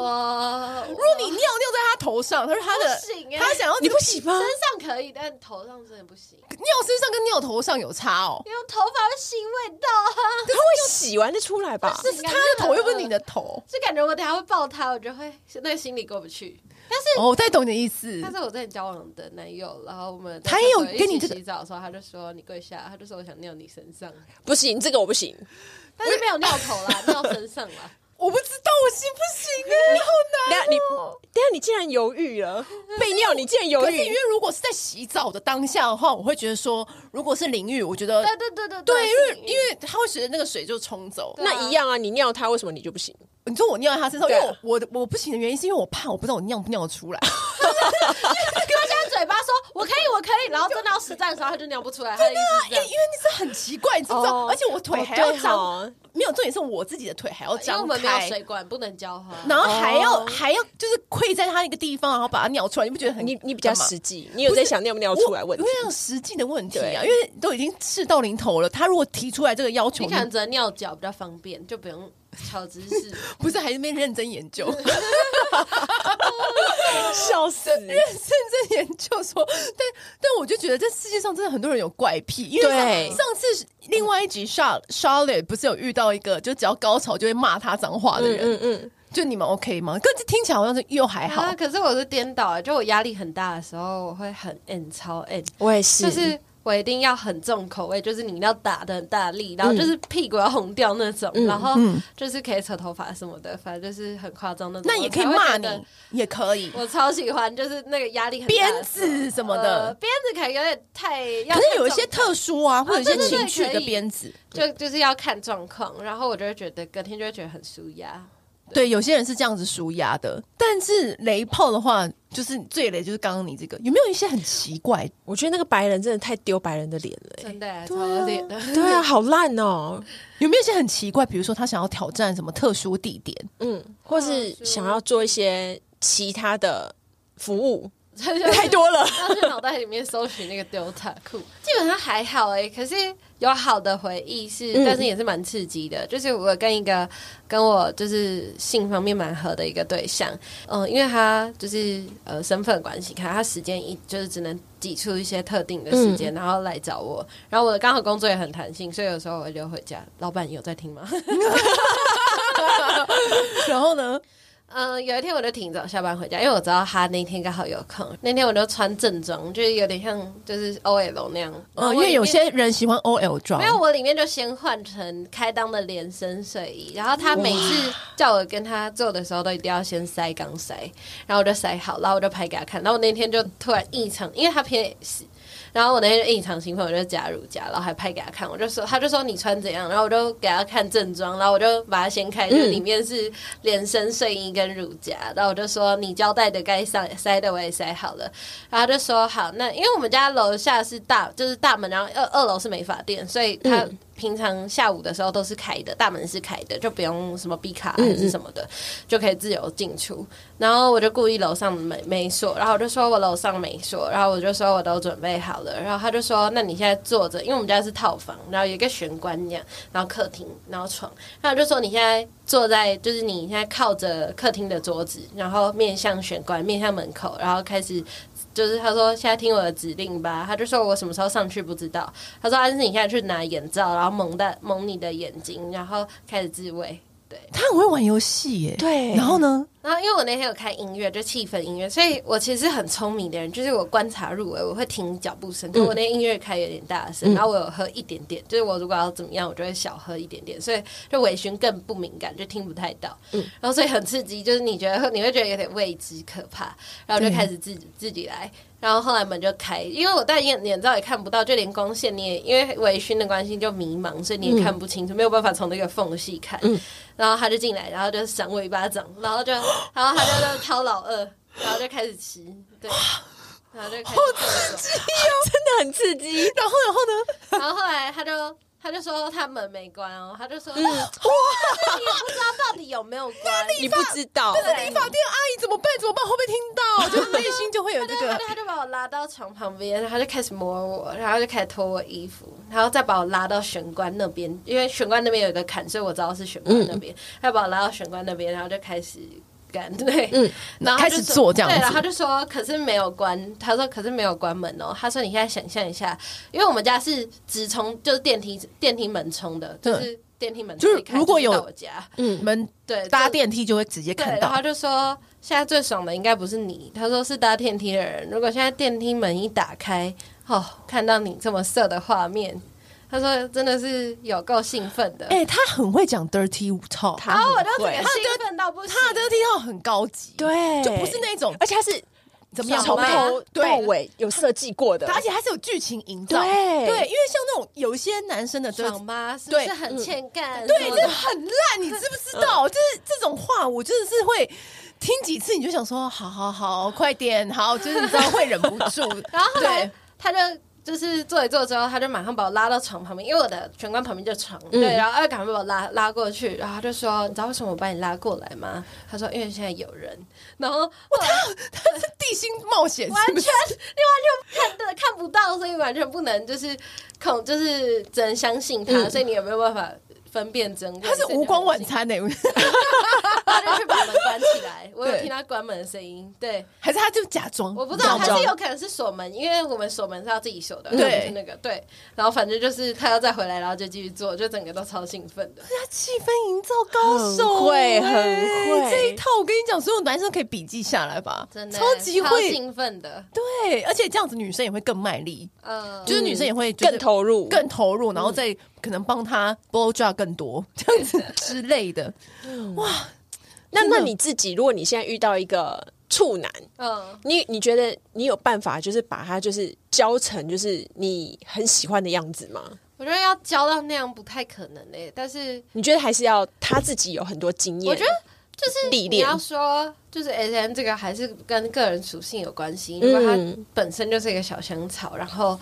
C: 如果你尿尿在他头上，他说他的
D: 不行欸
C: 他想要
B: 你不行吗
D: 身？上可以，但头上真的不行，
C: 尿身上跟尿头上有差哦，
D: 因为头发会腥味道啊。
B: 他会洗完就出来吧？
D: 这
C: 这
D: 嗯
C: 是他的头又不是你的头。
D: 就感觉我等一下会抱他，我就会那个心里过不去。但是
C: 哦，我再懂你的意思
D: 嗯他。是我之前交往的男友，然后我们
C: 他也有跟你这
D: 这个
C: 个
D: 洗澡的时候，他就说你跪下，他就说我想尿你身上，
B: 不行，这个我不行。
D: 但是没有尿头 啦，尿身上啦。
C: 我不知道我行不
D: 嗯
C: 行哎、好难。
B: 等一下你，等一下你竟然犹豫了，哦 被尿你竟然犹
C: 可是因
B: 豫
C: 为，如果是在洗澡的当下的话，我会觉得说，如果是淋浴，我觉得
D: 对对对对
C: 呃对，因
D: 是
C: 为
D: 你
C: 因为它会随着那个水就冲走。
D: 对啊
B: 那一样啊，你尿他为什么你就不行？
C: 你说我尿在他身上，因
B: 对啊
C: 为我我的我不行的原因是因为我怕我不知道我尿不尿得 出来。
D: 啊他现在嘴巴说我可以我可以，然后真的要实战的时候他就尿不出来，他的意思是
C: 因
D: 这
C: 为因
D: 样
C: 为你是很奇怪，你知不知道？
B: 哦
C: 而且我腿
B: 哦
C: 还要
B: 对
C: 张，
B: 哦
C: 没有重点是我自己的腿还要
D: 哦因为我
C: 张
D: 们没有
C: 开，
D: 水管不能浇花，
C: 然后还要、
B: 哦
C: 还要就是跪在他那个地方，然后把它尿出来，你不觉得很
B: 你你比较
C: 干嘛
B: 实际，你有在想尿不尿出来问题
C: 我因？为那种实际的问题啊，
B: 对
C: 因为都已经事到临头了，他如果提出来这个要求，
D: 你可能只能尿脚比较方便，就不用调姿势。
C: 不是还是没认真研究，
B: 笑死！
C: 认真研究说，但但我就觉得这世界上真的很多人有怪癖，因为
B: 对
C: 上上次另外一集 Char Charlotte 不是有遇到一个就只要高潮就会骂他脏话的人，
B: 嗯嗯，
C: 就你们 OK 吗？可是听起来好像是又还好，
D: 啊，可是我是颠倒，就我压力很大的时候，我会很 N 超 N，
B: 我也是
D: 就是我一定要很重口味，就是你要打的很大力，然后
C: 嗯
D: 就是屁股要红掉那种，然后就是可以扯头发什么的，反正就是很夸张那种。
C: 那也可以
D: 我才会
C: 骂
D: 觉得
C: 你，也可以。
D: 我超喜欢，就是那个压力很大
C: 鞭
D: 的时候
C: 子什么的
D: 呃鞭子可能有点太，要
C: 可是
D: 看
C: 有一些
D: 状哦
C: 特殊啊，或者一些
D: 对对对
C: 情趣
D: 可
C: 的
D: 以
C: 鞭子，
D: 就就是要看状况，然后我就会觉得隔天就会觉得很舒压。
C: 对，有些人是这样子舒压的。但是雷炮的话，就是最雷就是刚刚你这个，有没有一些很奇怪？
B: 我觉得那个白人真的太丢白人的脸了欸、
D: 真的
C: 哎
D: 耶，超有点的。
B: 对啊，好烂哦、
C: 有没有一些很奇怪？比如说他想要挑战什么特殊地点，
B: 嗯，或是想要做一些其他的服务，
D: 太
B: 太多了。
D: 要去脑袋里面搜寻那个 Delta 裤，基本上还好哎、可是有好的回忆是，但是也是蛮刺激的。就是我跟一个跟我就是性方面蛮合的一个对象，嗯、因为他就是呃身份关系，看他时间一就是只能挤出一些特定的时间，然后来找我。然后我的刚好工作也很弹性，所以有时候我会溜回家。老板有在听吗？
C: 然后呢，
D: 嗯，有一天我就挺早下班回家，因为我知道他那天刚好有空。那天我就穿正装，就是有点像就是 OL 那样。然后
C: 呃，因为有
D: 哦我
C: 些
D: 里面
C: 哦人喜欢 OL 装
D: 没，有，我里面就先换成开裆的连身睡衣，然后他每次叫我跟他做的时候，都一定要先塞钢塞，然后我就塞好，然后我就拍给他看，然后我那天就突然异常，因为他偏 S，然后我那天就异常兴奋，我就加入家，然后还拍给他看，我就说，他就说你穿怎样，然后我就给他看正装，然后我就把它掀开，就
C: 嗯
D: 里面是连身睡衣跟乳夹，然后我就说你胶带的该塞塞的我也塞好了，然后他就说好，那因为我们家楼下是大，就是大门，然后二二楼是美发店，所以他平常下午的时候都是开的，大门是开的，就不用什么 B 卡还是什么的，就可以自由进出。然后我就故意楼上没没锁，然后我就说我楼上没锁，然后我就说我都准备好了，然后他就说那你现在坐着，因为我们家是套房，然后有一个玄关这样，然后客厅，然后床，然后就说你现在坐在就是你现在靠着客厅的桌子，然后面向玄关，面向门口，然后开始。就是他说现在听我的指令吧，他就说我什么时候上去不知道。啊他说但是你现在去拿眼罩，然后蒙的蒙你的眼睛，然后开始自慰。对。
C: 他很会玩游戏耶。
B: 对
C: 然后呢？
D: 然后因为我那天有开音乐，就气氛音乐，所以我其实很聪明的人，就是我观察入微，我会听脚步声。可我那天音乐开有点大声，然后我有喝一点点，就是我如果要怎么样，我就会小喝一点点，所以就微醺更不敏感，就听不太到。然后所以很刺激，就是你觉得你会觉得有点未知可怕，然后就开始自己自己来。然后后来门就开，因为我戴眼眼罩也看不到，就连光线你也因为微醺的关系就迷茫，所以你也看不清楚，没有办法从那个缝隙看。然后他就进来，然后就赏我一巴掌，然后就，然后他就在掏老二，然后就开始骑，对，然后就开始各种，
B: 真的很刺激。
C: 然后然后呢？
D: 然后后来他就他就说他门没关哦，他就说、哇，你也不知道到底有没有关，
B: 你不知道，
D: 对
C: 理发店阿姨怎么办？怎么办？会不会听到？就是内心就会有这
D: 他
C: 个
D: 啊就。他就把我拉到床旁边，然后他就开始摸我，然后就开始脱我衣服，然后再把我拉到玄关那边，因为玄关那边有一个坎，所以我知道是玄关那
C: 嗯
D: 边。他就把我拉到玄关那边，然后就开始干，对，嗯，然后他就
C: 开始
D: 说
C: 做这样子
D: 对，然后他就说，可是没有关，他说可是没有关门哦，他说你现在想象一下，因为我们家是直冲，就是电梯电梯门冲的，就是电梯门
C: 就是
D: 自己开
C: 如果有
D: 就到我家，
C: 嗯，门
D: 对，
C: 搭
D: 就
C: 电梯就会直接
D: 对，
C: 看
D: 然
C: 到
D: 后他。就说现在最爽的应该不是你，他说是搭电梯的人。如果现在电梯门一打开，哦，看到你这么色的画面，他说真的是有够兴奋的。
C: 哎、他很会讲 dirty talk，
B: 他
D: 然后我就整
B: 对
D: 个兴奋到不行，
C: 他的 dirty talk 很高级，，
B: 对，
C: 就不是那种
B: 而且它是
C: 怎么样
B: 从
D: 小麦
B: 头
C: 对
B: 到尾有设计过的，
C: 而且还是有剧情营造，
B: 对
C: 对，因为像那种有一些男生的 dirty
D: 爽吗？是不是
C: 对
D: 很欠干？
C: 对，
D: 什么
C: 这
D: 的
C: 很烂，你知不知道？
D: 嗯
C: 就是这种话，我真的是会听几次，你就想说，好好好，快点，好，就是你知道会忍不住。
D: 然后后来
C: 对，
D: 他就就是做一做之后，他就马上把我拉到床旁边，因为我的玄关旁边就床，
C: 嗯
D: 对，然后他就赶快把我拉拉过去，然后他就说：“你知道为什么我把你拉过来吗？”他说：“因为现在有人。”然后我他
C: 他是地心冒险，
D: 完
C: 是
D: 全
C: 不
D: 你
C: 是？
D: 完全看的看不到，所以完全不能就是恐，就是只能相信他，所以你有没有办法分辨真伪？
C: 嗯他是无光晚，餐呢、
D: 他就去把门关起来。我有
C: 对
D: 听他关门的声音，对，
C: 还是他就假装？
D: 我不知
C: 假
D: 道，还是
C: 装
D: 有可能是锁门，因为我们锁门是要自己锁的，
C: 对
D: 就是那个对。然后反正就是他要再回来，然后就继续做，就整个都超兴奋的。
C: 他啊气氛营造高手、
B: 很会
C: 欸，
B: 很会
C: 这一套我跟你讲，所有男生可以笔记下来吧，
D: 真的
C: 超级
D: 超
C: 会。
D: 兴奋的，
C: 对，而且这样子女生也会更卖力，
D: 嗯，
C: 就是女生也会、就是
B: 更投入，嗯
C: 更投入，然后再可能帮他 blow job 更多这样子之类的。
B: 那
C: 真的
B: 那你自己，如果你现在遇到一个处男，
D: 嗯，
B: 你你觉得你有办法就是把他就是教成就是你很喜欢的样子吗？
D: 我觉得要教到那样不太可能诶、但是
B: 你觉得还是要他自己有很多经验？
D: 我觉得就是
B: 历
D: 你
B: 练
D: 要说，就是 S N 这个还是跟个人属性有关系。如果他
B: 嗯
D: 本身就是一个小香草，然后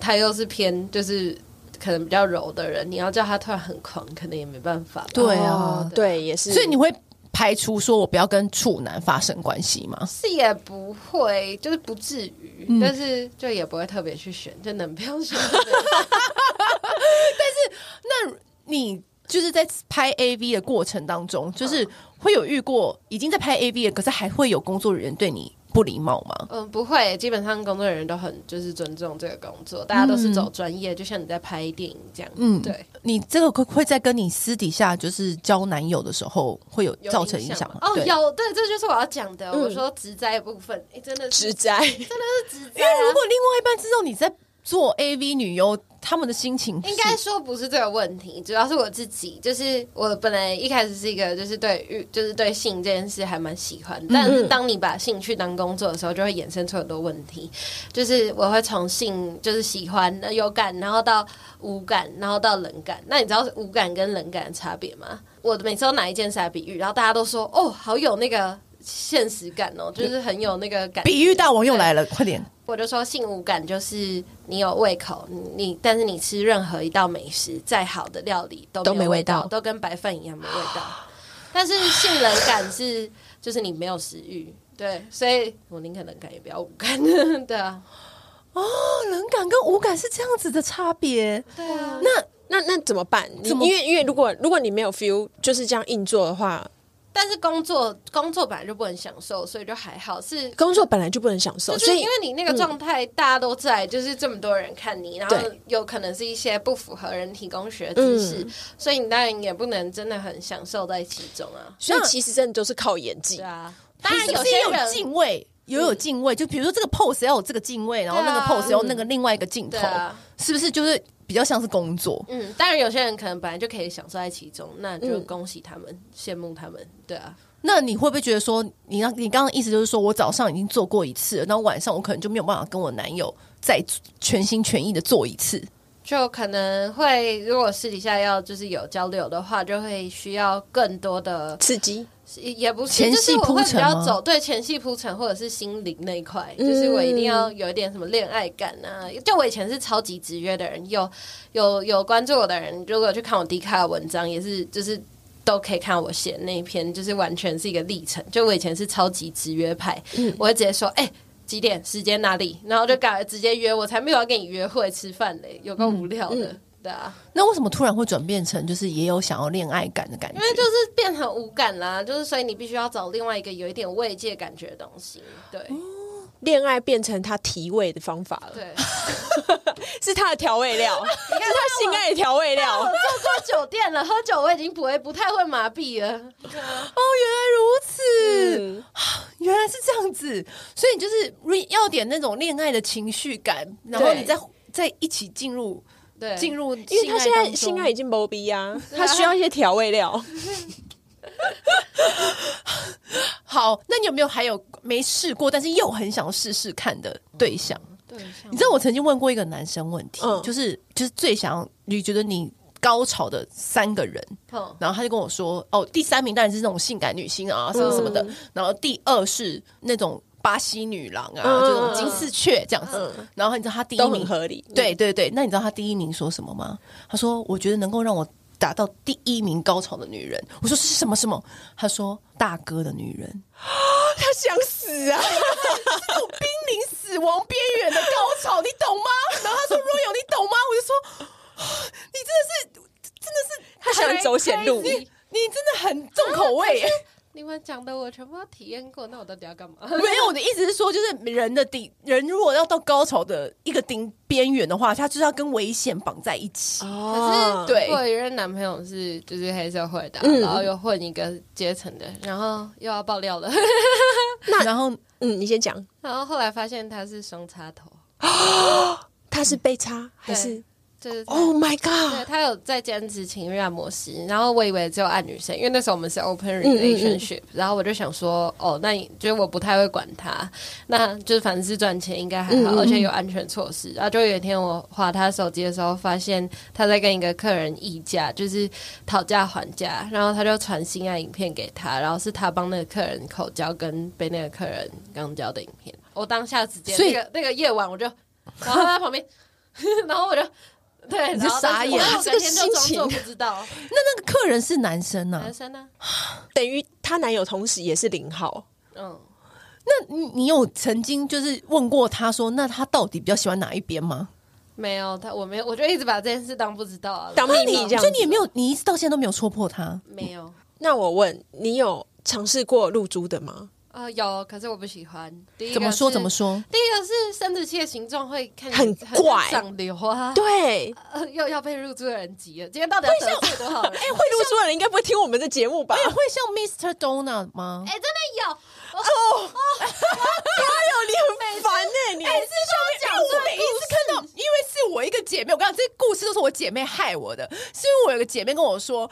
D: 他又是偏就是可能比较柔的人，你要叫他突然很狂，可能也没办法吧。
C: 对
B: 哦
C: 啊，
B: 对，也是。
C: 所以你会排除说我不要跟处男发生关系吗？
D: 是也不会，就是不至于，
B: 嗯
D: 但是就也不会特别去选，就能不用 选就不要选。
C: 那你就是在拍 AV 的过程当中，
B: 嗯
C: 就是会有遇过已经在拍 AV 了，可是还会有工作人员对你不礼貌吗？
D: 嗯，不会，基本上工作人员都很就是尊重这个工作，大家都是
B: 嗯
D: 走专业，就像你在拍电影这样。嗯，对，
C: 你这个会会在跟你私底下就是交男友的时候会有
D: 有
C: 造成
D: 影
C: 响吗
D: 吗？？哦，
C: 对。嗯
D: 有，对，这就是我要讲的。我说职灾部分，哎、真的是
B: 直摘，
D: 职灾、
C: 因为如果另外一半知道你在做 AV 女优，他们的心情是
D: 应该说不是这个问题，主要是我自己，就是我本来一开始是一个就是对欲就是对性这件事还蛮喜欢，
C: 嗯
D: 但是当你把兴趣当工作的时候，就会衍生出很多问题。就是我会从性就是喜欢呃有感，然后到无感，然后到冷感。那你知道无感跟冷感的差别吗？我每次都拿一件事来比喻，然后大家都说哦，好有那个现实感哦，就是很有那个感觉。
C: 比喻大王又来了，快点！哦
D: 我就说性无感就是你有胃口，你你但是你吃任何一道美食，再好的料理都
B: 都
D: 没
B: 没
D: 有
B: 味
D: 味道，
B: 道
D: 都跟白饭一样没味道。 但是性冷感是就是你没有食欲，对，所以我宁可冷感也不要无感， 对啊，
C: 哦，冷感跟无感是这样子的差别。
D: 对啊。
B: 那那那怎么办？你
C: 怎么
B: 因为因为如果如果你没有 feel，就是这样硬做的话，
D: 但是工作工作本来就不能享受，所以就还好是。
B: 工作本来就不能享受，
D: 就
B: 哦所
D: 是
B: 以嗯
D: 因为你那个状态，大家都在，就是这么多人看你，然后
B: 对嗯
D: 有可能是一些不符合人体工学知识，所以你当然也不能真的很享受在其中啊。
B: 所以其实真的都是靠演技
D: 对。啊，当然
C: 是不是
D: 些
C: 也
D: 人嗯
C: 有敬畏，也有敬畏。就比如说这个 pose 要有这个敬畏，然后
D: 对
C: 那
D: 啊
C: 个 pose 要有那个另外一个镜头
D: 对，啊，
C: 是不是就是比较像是工作？
D: 嗯，当然有些人可能本来就可以享受在其中，那就恭喜他们，羡慕他们，对啊，
C: 那你会不会觉得说，你让你刚刚的意思就是说我早上已经做过一次了，然后晚上我可能就没有办法跟我男友再全心全意的做一次？
D: 就可能会如果私底下要就是有交流的话，就会需要更多的，
B: 刺激，
D: 也不是
C: 前戏
D: 就是我会比
C: 铺陈
D: 较
C: 吗
D: 走对前戏铺陈或者是心灵那一块，就是我一定要
C: 嗯
D: 有一点什么恋爱感啊。就我以前是超级直约的人，有有有关注我的人，如果去看我迪卡的文章，也是就是。都可以看我写那一篇，就是完全是一个历程。就我以前是超级直约派，
C: 嗯
D: 我会直接说，哎、几点？时间哪里？然后就赶直接约，我才没有要跟你约会吃饭嘞，有够
C: 嗯
D: 无聊的，对啊，
C: 那为什么突然会转变成就是也有想要恋爱感的感觉
D: 因？为就是变成无感啦， 就是所以你必须要找另外一个有一点慰藉感觉的东西，对、
B: 恋爱变成他提味的方法了，
D: 对。
B: 是他的调味料，是他性爱的调味
D: 哦我做
B: 料。
D: 过酒店了，喝酒我已经不会不太会麻痹了，
C: 哦，原来如此，
B: 嗯
C: 哦原来是这样子，所以你就是 re- 要点那种恋爱的情绪感，然后
D: 对
C: 你再再一起进入
D: 对，
C: 进入性爱当中，
B: 因为他现在性爱已经没逼啊，他需要一些调味料。
C: 好。那你有没有还有没试过，但是又很想试试看的对象？
D: 对，
C: 你知道我曾经问过一个男生问题，
B: 嗯
C: 就是就是最想你觉得你高潮的三个人，
B: 嗯
D: 道，
C: 然后他就跟我说，哦，第三名当然是那种性感女星啊，什么什么的，
B: 嗯
C: 然后第二是那种巴西女郎啊，
B: 嗯
C: 这种金丝雀这样子，然后你知道他第一
B: 都很
C: 名
B: 合理
C: 对对对，那你知道他第一名说什么吗？他说，我觉得能够让我达到第一名高潮的女人，我说是什么什么？他说大哥的女人，
B: 他想死啊！
C: 濒临死亡边缘的高潮，你懂吗？ 然后他说 Royal，你懂吗？我就说 你真的是，真的是
B: 他喜欢走啊险路
C: 你你真的很重口味、耶。
D: 你们讲的我全部都体验过，那我到底要干嘛？
C: 没有，我的意思是说，就是人的顶，人如果要到高潮的一个顶边缘的话，他就是要跟危险绑在一
B: 啊
C: 起。
B: 哦
D: 可是
C: 对
D: 如果有一任男朋友是就是黑社会的啊、
B: 嗯
D: 然后又混一个阶层的，然后又要爆料了，
C: 然后
B: 嗯，你先讲，
D: 然后后来发现他是双插头，
B: 他是被插还是
D: 就是他
B: ？Oh my
D: 对
B: god！
D: 他有在兼职情欲按摩师，然后我以为只有按女生，因为那时候我们是 open
B: 嗯嗯
D: relationship，、然后我就想说，哦，那你就是我不太会管他，那就是反正是赚钱应该
B: 嗯
D: 还好，而且有安全措施。然后就有一天我划他手机的时候，发现他在跟一个客人议价，就是讨价还价，然后他就传性爱影片给他，然后是他帮那个客人口交跟被那个客人肛交的影片。我当下直接
C: 所以
D: 那个那个夜晚我就，然后他在旁边， 然后我就。对，
C: 你
D: 然
C: 就
D: 后
C: 傻眼
D: 我
B: 这个
D: 隔天就装
B: 心
D: 作不知道。
C: 那那个客人是男生啊
D: 男，生呢？
B: 等于她男友同时也是零号，
D: 嗯，
C: 那你你有曾经就是问过他说，那他到底比较喜欢哪一边吗？
D: 没有他，我没有，我就一直把这件事当不知道啊。
B: 当秘密这
C: 所
B: 样子啊
C: 以。你也没有，你一直到现在都没有戳破他。
D: 没有，
B: 那我问你，有尝试过露珠的吗？
D: 呃，有，可是我不喜欢。第一个
C: 怎么说？
D: 是
C: 怎么？说？
D: 第一个是生殖器的形状会看起来
B: 很怪
D: 长瘤啊，
B: 对，
D: 呃又要被入住的人急了。今天到底要得罪多少人？
B: 哎，会露珠的人应该不会听我们的节目吧
C: 哎、？会像 Mr. Donut 吗？
D: 哎，真的有，
B: 你很烦哎，你还是
C: 因为我每一次看到，因为是我一个姐妹，我跟你讲，这些故事都是我姐妹害我的，是因为我有个姐妹跟我说。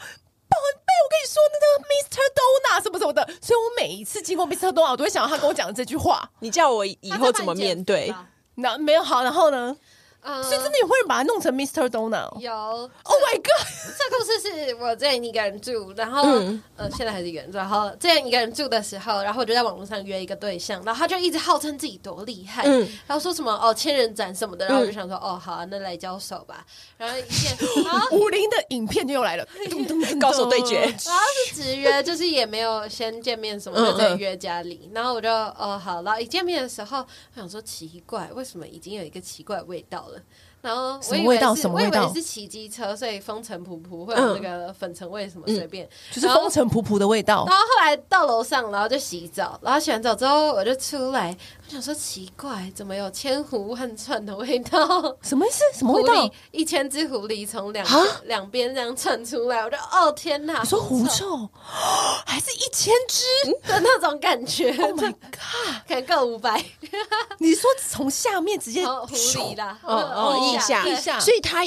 C: 宝贝，我跟你说，那个 Mr. Donut 什么什么的，所以我每一次经过 Mr. Donut，我都会想到他跟我讲的这句话。
B: 你叫我以
D: 他在
B: 后
D: 帮
B: 怎
D: 你
B: 么
D: 减
B: 面
D: 肥
B: 对？
D: 吧？
C: 那没有好，然后呢？
D: 嗯，
C: 所以真的有会把它弄成 Mr. Donut。
D: 呃有
C: Oh my god！
D: 这故事是我之前一个人住，然后、
B: 嗯
D: 呃，现在还是一个人住。然后之前一个人住的时候，然后我就在网络上约一个对象，然后他就一直号称自己多厉害，
B: 嗯
D: 然后说什么哦千人斩
C: 嗯
D: 什么的，然后我就想说、哦好、啊，那来交手吧。然后一 啊见，然后
C: 武林的影片就又来了，咚咚咚
B: 高手对决。
D: 然后是直约，就是也没有先见面什么，
B: 嗯
D: 就直接约家里。然后我就哦好，然后一见面的时候，我想说奇怪，为什么已经有一个奇怪的味道了？然后
C: 什
D: 我
C: 么
D: 以
C: 味
D: 为
C: 道
D: 是
C: 什么
D: 我以
C: 味道嗯
D: 为是骑机车，所以风尘仆仆会有那个粉尘味什么随便，
C: 就是
D: 然后
C: 风尘仆仆的味道
D: 然。后后来到楼上，然后就洗澡，然后洗完澡之后我就出来，我想说奇怪，怎么有千呼万串的味道？
C: 什么意思？什么
D: 狐
C: 味道
D: 狸？一千只狐狸从两
B: 啊
D: 两边这样窜出来，我就哦天哪！
C: 你说狐
D: 臭
C: 臭， 还是一千只？
D: 的那种感觉
C: Oh my god！
D: 可能够五百，
C: 你说从下面直接
D: 然后狐狸啦，
B: 哦哦，
D: 腋
B: 腋下
D: 对
C: 腋下
B: 所以它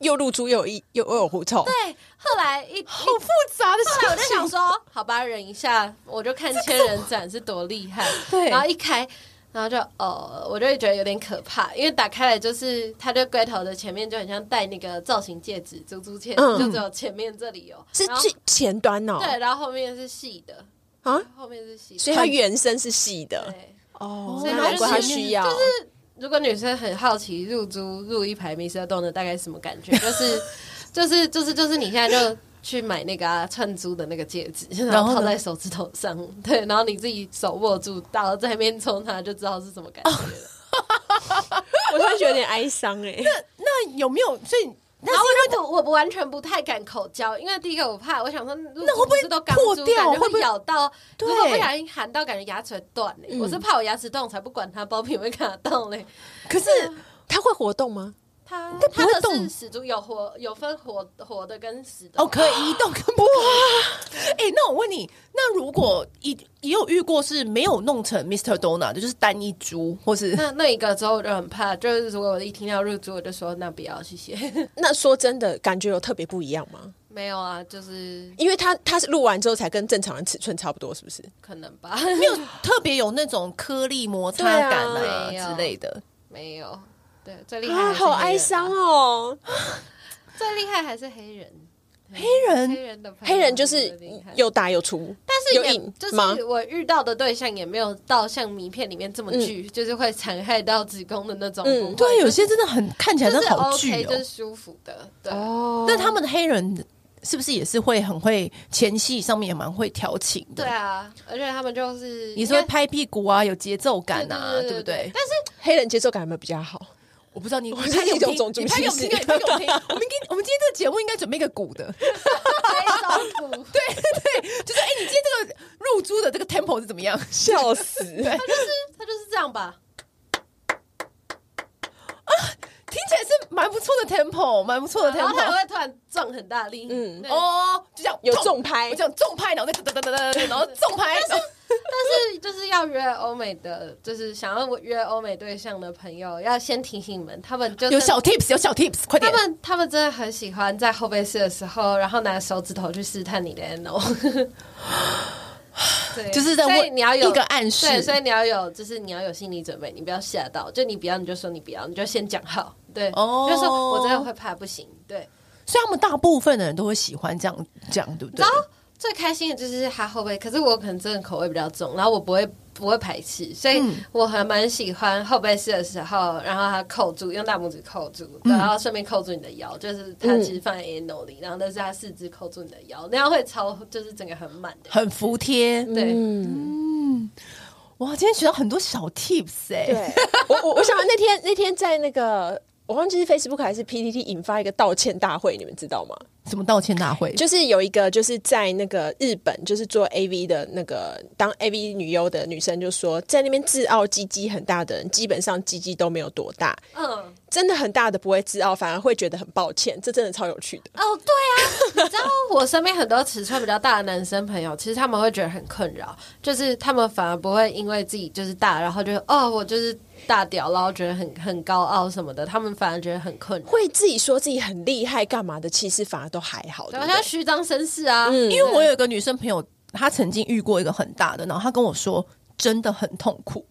B: 又露珠又有腋又又有狐臭，
D: 对，后来一
C: 好复杂的事
D: 后
C: 情。
D: 来我就想说，好吧，忍一下，我就看千人斩是多厉 害。
C: 对
D: 然后一开，然后就哦，我就会觉得有点可怕，因为打开来就是它就龟头的前面就很像戴那个造型戒指，足足前、
B: 嗯
D: 就只有前面这里有，
B: 是
D: 然后
B: 最前端哦，
D: 对，然后后面是细的，
B: 啊，
D: 后面是细的，
B: 所以它原生是细的
D: 对。
B: 哦
D: 所以它
B: 难怪它
D: 就是
B: 需要，
D: 如果女生很好奇入珠入一排 Mr. d o n 的大概是什么感觉，就是 就是就是就是你现在就去买那个、啊、串珠的那个戒指，
C: 然
D: 然
C: 后呢
D: 后套在手指头上，对，然后你自己手握住，到在那边抽它就知道是什么
C: 哦
D: 感觉了。
B: 我突然觉得有点哀伤哎。
C: 那有没有？所以
D: 然后我就不，我不完全不太敢口交，因为第一个我怕，我想说那
C: 会不会
D: 都钢
C: 破
D: 珠
C: 掉
D: 感觉
C: 会不会
D: 咬到，
C: 对嗯
D: 如果不小心含到，感觉牙齿会断嘞、我是怕我牙齿断，我才不管它，包皮会卡到嘞。
C: 可是
B: 它会活动吗？
D: 它
C: 但不
D: 它
C: 会
D: 的
C: 动
D: 是死猪，有活有分活活的跟死的
C: 哦，可以移动跟不可以。哎、那我问你，那如果也也有遇过是没有弄成 Mr. Donut 的，就是单一株，或是
D: 那那一个之后我就很怕，就是如果我一听到入住，我就说那不要，谢谢。
B: 那说真的，感觉有特别不一样吗？
D: 没有啊，就是
B: 因为它它是录完之后才跟正常人尺寸差不多，是不是？
D: 可能吧，
C: 没有特别有那种颗粒摩擦
B: 对啊
C: 感啊
D: 没有
C: 之类的。
D: 没有。对，最厉害
B: 啊，
D: 还是
B: 好
D: 黑
B: 哀
D: 人
B: 伤
D: 啊！
B: 哦。
D: 最厉害还是黑人，
C: 黑嗯人
D: 黑人的朋友
B: 黑人就是
D: 最厉害
B: 有打有除，
D: 但是
B: 有
D: 也
B: 瘾
D: 就
B: 吗
D: 是我遇到的对象也没有到像名片里面这么巨，就是会残害到子宫的那种不会。
B: 嗯
C: 对，啊有些真的很看起来
D: 就
C: 真
D: 是
C: 的好巨
D: OK，
C: 哦、
D: 就是舒服的。对，
B: 哦
C: 那他们的黑人是不是也是会很会前戏上面也蛮会调情的？
D: 对啊，而且他们就是
C: 你说
D: 应该
C: 拍屁股啊，有节奏感啊，
D: 对对对
C: 对不对？
D: 但是
B: 黑人接受感有没有比较好？
C: 我不知道你，我
B: 是一种种族
C: 你拍给我们
B: 歧
C: 听，
B: 视
C: 你拍给我们听。我们今我们今天这个节目应该准备一个鼓的，
D: 拍照图，对，
C: 就是哎、你今天这个入珠的这个 tempo 是怎么样？
B: 笑死！
D: 他就是这样吧。
C: 听起来是蛮不错的 tempo，蛮不错的
D: 然后他
C: tempo。
D: 还会突然撞很大力，
B: 嗯
D: 嗯，对
C: 哦，就这样
B: 有
C: 痛
B: 重拍
C: 我这样重拍，然后再哒哒哒哒哒，然后重拍。然后
D: 但是就是要约欧美的，就是想要约欧美对象的朋友，要先提醒你们，他们就
C: 有小 tips，有小 tips，快
D: 他
C: 点。
D: 们他们真的很喜欢在后背式的时候，然后拿手指头去试探你的 NO，对
C: 就是在问
D: 所以你要有
C: 一个暗示
D: 对，所以你要有，就是你要有心理准备，你不要吓到，就你不要你就说你不要，你就先讲好，对，
C: 哦
D: 就说我真的会怕，不行，对。
C: 所以他们大部分的人都会喜欢这样这样，对不对
D: 然？后最开心的就是他后背，可是我可能真的口味比较重，然后我不会不会排斥，所以我还蛮喜欢后背式的时候，然后他扣住，用大拇指扣住，然后顺便扣住你的腰，就是他其实放在 ano 里，然后但是他四肢扣住你的腰，那样会超就是整个很满的，
C: 很服帖。
D: 对。
B: 嗯，
C: 哇，今天学到很多小 tips 哎、
B: 对，我我我想那天那天在那个。我忘记是 Facebook 还是 PTT 引发一个道歉大会，你们知道吗？
C: 什么道歉大会？
B: 就是有一个就是在那个日本，就是做 AV 的那个当 AV 女优的女生就说，在那边自傲鸡鸡很大的人，基本上鸡鸡都没有多大，
D: 嗯，
B: 真的很大的不会自傲，反而会觉得很抱歉，这真的超有趣的。
D: 哦，对啊，你知道我身边很多尺寸比较大的男生朋友，其实他们会觉得很困扰，就是他们反而不会因为自己就是大，然后就哦我就是大屌，然后觉得很很高傲什么的，他们反而觉得很困扰。
B: 会自己说自己很厉害干嘛的，其实反而都还好。对不
D: 然后
B: 对
D: 像虚张声势啊，
C: 因为我有一个女生朋友，她曾经遇过一个很大的，然后她跟我说，真的很痛苦，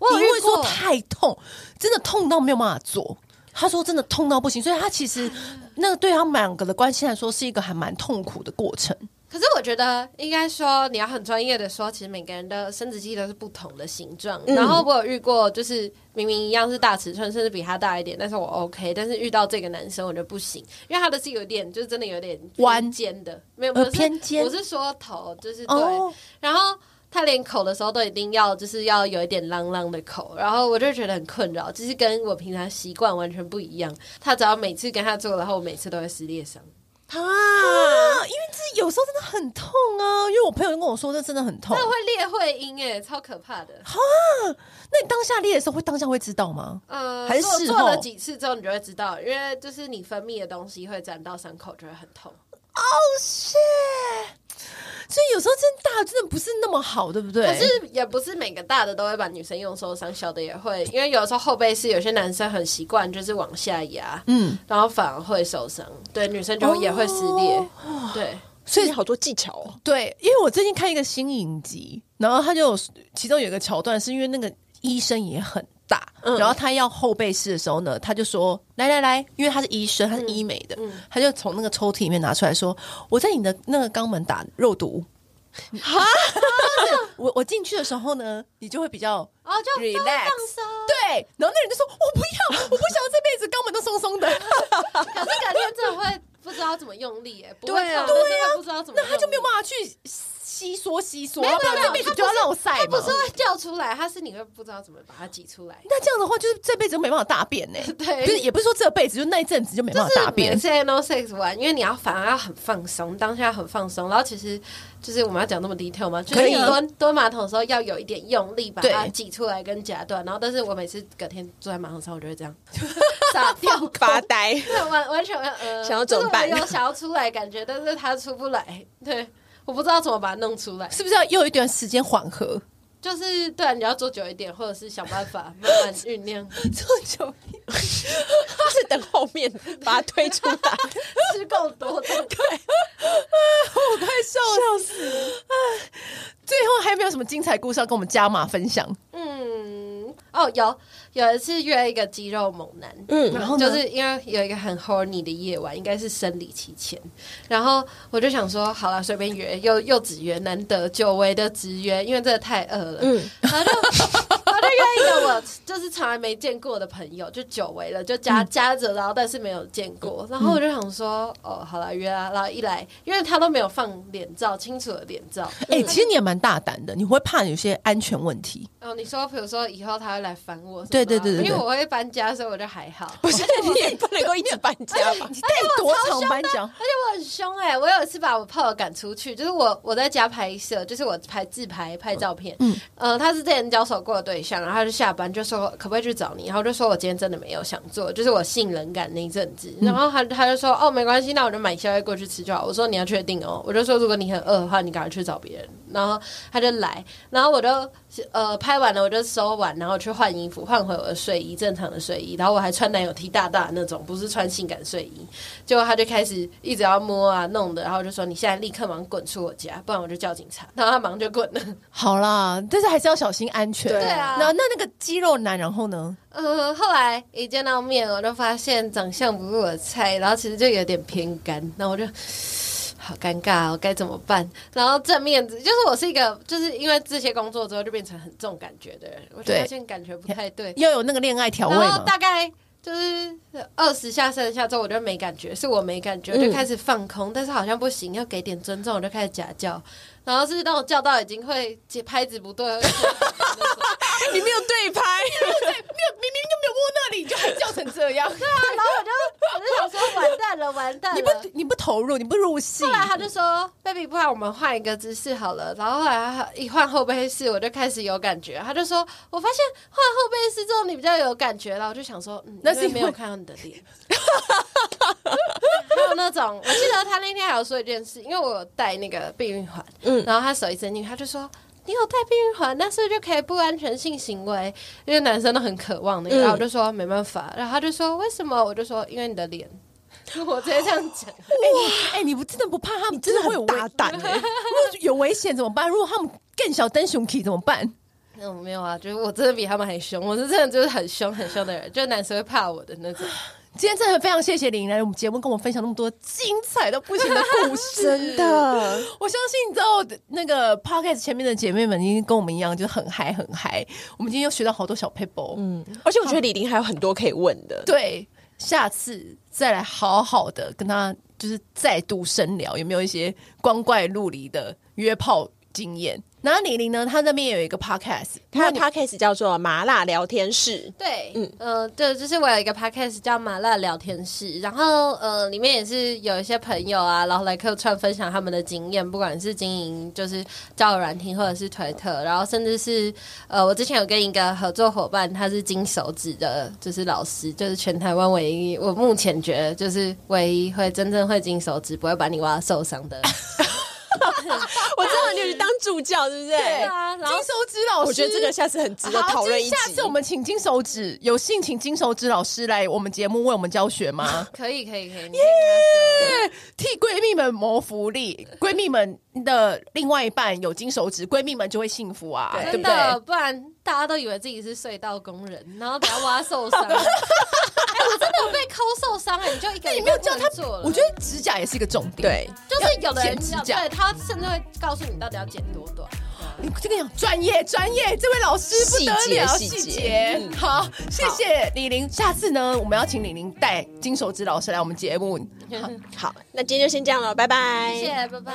D: 我有
C: 因为
D: 遇
C: 说
D: 过，
C: 太痛，真的痛到没有办法做。她说真的痛到不行，所以她其实
D: 啊
C: 那个对他们两个的关系来说是一个还蛮痛苦的过程。
D: 可是我觉得应该说你要很专业的说，其实每个人的生殖器都是不同的形状。
C: 嗯
D: 然后我有遇过，就是明明一样是大尺寸，甚至比他大一点，但是我 OK，但是遇到这个男生我就不行，因为他的是有点就是真的有点
C: 弯
D: 偏尖的，没有
C: 呃
D: 不是
C: 偏尖
D: 我是说头就是对，
C: 哦
D: 然后。他连口的时候都一定要就是要有一点浪浪的口，然后我就觉得很困扰，就是跟我平常习惯完全不一样。他只要每次跟他做，然后我每次都会撕裂伤。
C: 哦
B: 啊，
C: 啊，因为这有时候真的很痛啊，因为我朋友跟我说这真的很痛
D: 那。会裂会阴哎，超可怕的。
C: 那你当下裂的时候会当下会知道吗？
D: 嗯，
C: 还是
D: 做
C: 事
D: 做
C: 后
D: 了几次之后，你就会知道，因为就是你分泌的东西会沾到伤口，就会很痛。
C: 所以有时候真大真的不是那么好，对不对？
D: 可是也不是每个大的都会把女生用受伤，小的也会，因为有时候后背是有些男生很习惯就是往下压，
C: 嗯，
D: 然后反而会受伤，对，女生就也会撕裂，
C: 哦
D: 对。
B: 所以好多技巧 哦。
C: 对，因为我最近看一个新影集，然后他就有其中有一个桥段，是因为那个医生也很大，然后他要后背式的时候呢，他就说：“来来来，因为他是医生，他是医美的，他就从那个抽屉里面拿出来说：‘我在你的那个肛门打肉毒。’就是 我我进去的时候呢，你就会比较
D: 哦，就
C: relax
D: 稍微放
C: 对，然后那人就说：‘我不要，我不想要这辈子肛门都松松的。’
D: 松，可是感觉真的会不知道怎么用力，哎，不会
B: 对啊
D: 痛，但是会不知道怎么
C: 那
D: 用力，
C: 他就没有办法去吸缩吸缩，
D: 没有
C: 不然
D: 没有
C: 这辈子就要让我晒
D: 不
C: 嘛
D: 是。会叫出来，它是你会不知道怎么把它挤出来。
C: 那这样的话，就是这辈子都没办法大便呢、
D: 对
C: 就是也不是说这辈子，就那一阵子就没办法大
D: 是
C: 便
D: 每。次 no sex 玩，因为你要反而要很放松，当下很放松。然后其实就是我们要讲那么 detail 吗？就是
C: 可以
D: 你
C: 啊
D: 蹲蹲马桶的时候要有一点用力把它
C: 对
D: 挤出来跟夹断。然后但是我每次隔天坐在马桶上，我就 会这样傻掉空
B: 发。呆，
D: 对，完完全呃，
B: 想要怎么办
D: 就是我有想要出来感觉，但是它出不来。对，我不知道怎么把它弄出来，
C: 是不是要又一段时间缓 和？
D: 就是对、啊，你要做久一点，或者是想办法慢慢酝 酿。
C: 这久
B: 是等后面把它推出来。
D: 吃够多的，
C: 我快笑笑死！最后还有没有什么精彩故事要跟我们加码分享？
D: 嗯，哦，有有一次约一个肌肉猛男，
B: 嗯
C: 然后呢
D: 就是因为有一个很 horny 的夜晚，应该是生理期前，然后我就想说，好了，随便约，又又只约，难得久违的直约，因为真的太饿了，
B: 嗯，
D: 然后就 我就约一个我就是从来没见过的朋友，就久违了，就加
B: 嗯
D: 加着，然后但是没有见过，然后我就想说，哦，好了，约啊，然后一来，因为他都没有放脸照，清楚的脸照，
C: 哎、其实你也蛮大胆的，你会怕有些安全问题。
D: 哦，你说，比如说以后他会来烦我什么的，
C: 对对对对对
D: 因为我会搬家，所以我就还好。
B: 不是你也不能够一直搬家吧？
D: 哎
C: 你带哎多长班讲？
D: 而且我很凶哎、我有一次把我炮友赶出去，就是我我在家拍摄，就是我拍自拍拍照片，嗯，呃，他是之前交手过的对象，然后他就下班就说可不可以去找你，然后我就说我今天真的没有想做，就是我性冷感那一阵子，然后他他就说哦没关系，那我就买宵夜过去吃就好，我说你要确定哦，我就说如果你很饿的话，你赶快去找别人，然后他就来，然后我就呃拍完了我就收完，然后去换衣服，换回我的睡衣，正常的睡衣，然后我还穿男友 T 大大那种，不是穿性感睡衣，结果他就开始一直要摸啊弄的，然后就说你现在立刻忙滚出我家，不然我就叫警察。 然后他忙就滚了。
C: 好啦，但是还是要小心安全。
B: 对
D: 啊
C: 那那那个肌肉男，然后呢？
D: 呃，后来一见到面，我就发现长相不是我的菜，然后其实就有点偏干，然后我就。 好尴尬、哦，该怎么办？然后正面就是我是一个，就是因为这些工作之后就变成很重感觉的人，我就
C: 对
D: 发现感觉不太对。
C: 要有那个恋爱调味
D: 然后
C: 嘛？
D: 大概就是二十下、三十下之后，我就没感觉，是我没感觉，我就开始放空，但是好像不行，要给点尊重，我就开始假叫，然后是那种叫到已经会节拍子不对， 会
B: 你没有对拍，
C: 没有，明明就没有摸那里，你就还叫成这样。
D: 然后我就我就想说完蛋了，完 蛋
C: 你
D: 了。
C: 不你不投入，你不入戏。
D: 后来他就说：“baby，不然我们换一个姿势好了。”然后后来他一换后背式，我就开始有感觉。他就说：“我发现换后背式之后你比较有感觉了。”我就想 说：“嗯，
C: 那是
D: 因为没
C: 因
D: 有
C: 为
D: 看到你的 脸。”还有那种，我记得他那天还有说一件事，因为我有戴那个避孕环，嗯，然后他手一伸进去，他就说。你有戴避孕环，那是不是就可以不安全性行为？因为男生都很渴望那个，然后我就说没办法，然后他就说为什么？我就说因为你的脸，我直接这样讲。
C: 哎、你不真的不怕他们？
B: 真的
C: 会有
B: 很
C: 危
B: 大胆欸
C: 如果有危险怎么办？如果他们更小灯熊 k 怎么办？
D: 嗯，没有啊，就是我真的比他们还凶，我是真的就是很凶很凶的人，就男生会怕我的那种。
C: 今天真的非常谢谢林来我们节目，跟我分享那么多精彩到不行的故 事。
B: 真的。
C: 我相信你知道那个 podcast 前面的姐妹们已经跟我们一样，就是很嗨很嗨。我们今天又学到好多小 paper。嗯，
B: 而且我觉得李玲还有很多可以问的。
C: 对，下次再来好好的跟他就是再度深聊，有没有一些光怪陆离的约炮经验？然后李玲呢，她那边有一个 podcast，
B: 他的 podcast 叫做《麻辣聊天室
D: 对，嗯，呃，对，就是我有一个 podcast 叫麻辣聊天室，然后呃，里面也是有一些朋友啊，然后来客串分享他们的经验，不管是经营就是交友软体或者是推特，然后甚至是呃，我之前有跟一个合作伙伴，他是金手指的，就是老师，就是全台湾唯一，我目前觉得就是唯一会真正会金手指，不会把你挖到受伤的。》。
B: 我知道你有去当助教，对不对？
D: 对啊，
C: 金
D: 然后
C: 手指老师，
B: 我觉得这个下次很值得
C: 好
B: 讨论一集。
C: 下次我们请金手指，有幸请金手指老师来我们节目为我们教学 吗？
D: 可以可以可以，你可以跟他说
C: 对，替闺蜜们谋福利，闺蜜们的另外一半有金手指，闺蜜们就会幸福啊，对
D: 真
C: 不
D: 的，
C: 对？
D: 不然大家都以为自己是隧道工人，然后把他挖受 伤。哎、我真的有被抠受伤哎、你就一个
C: 你
D: 礼
C: 没
D: 拜
C: 有
D: 不
C: 叫
D: 能
C: 他
D: 做了。，
C: 我觉得指甲也是一个重点。
B: 对，
D: 就是有的人
C: 剪指
D: 要
C: 甲
D: 对他甚至会告诉你到底要剪多短。
C: 你这个讲专业专业，这位老师不得了，
B: 细
C: 细
B: 节细节
C: 节好，谢谢李玲。下次呢，我们要请李玲带金手指老师来我们节 目。
B: 好，那今天就先这样了，拜拜。
D: 谢谢，拜拜。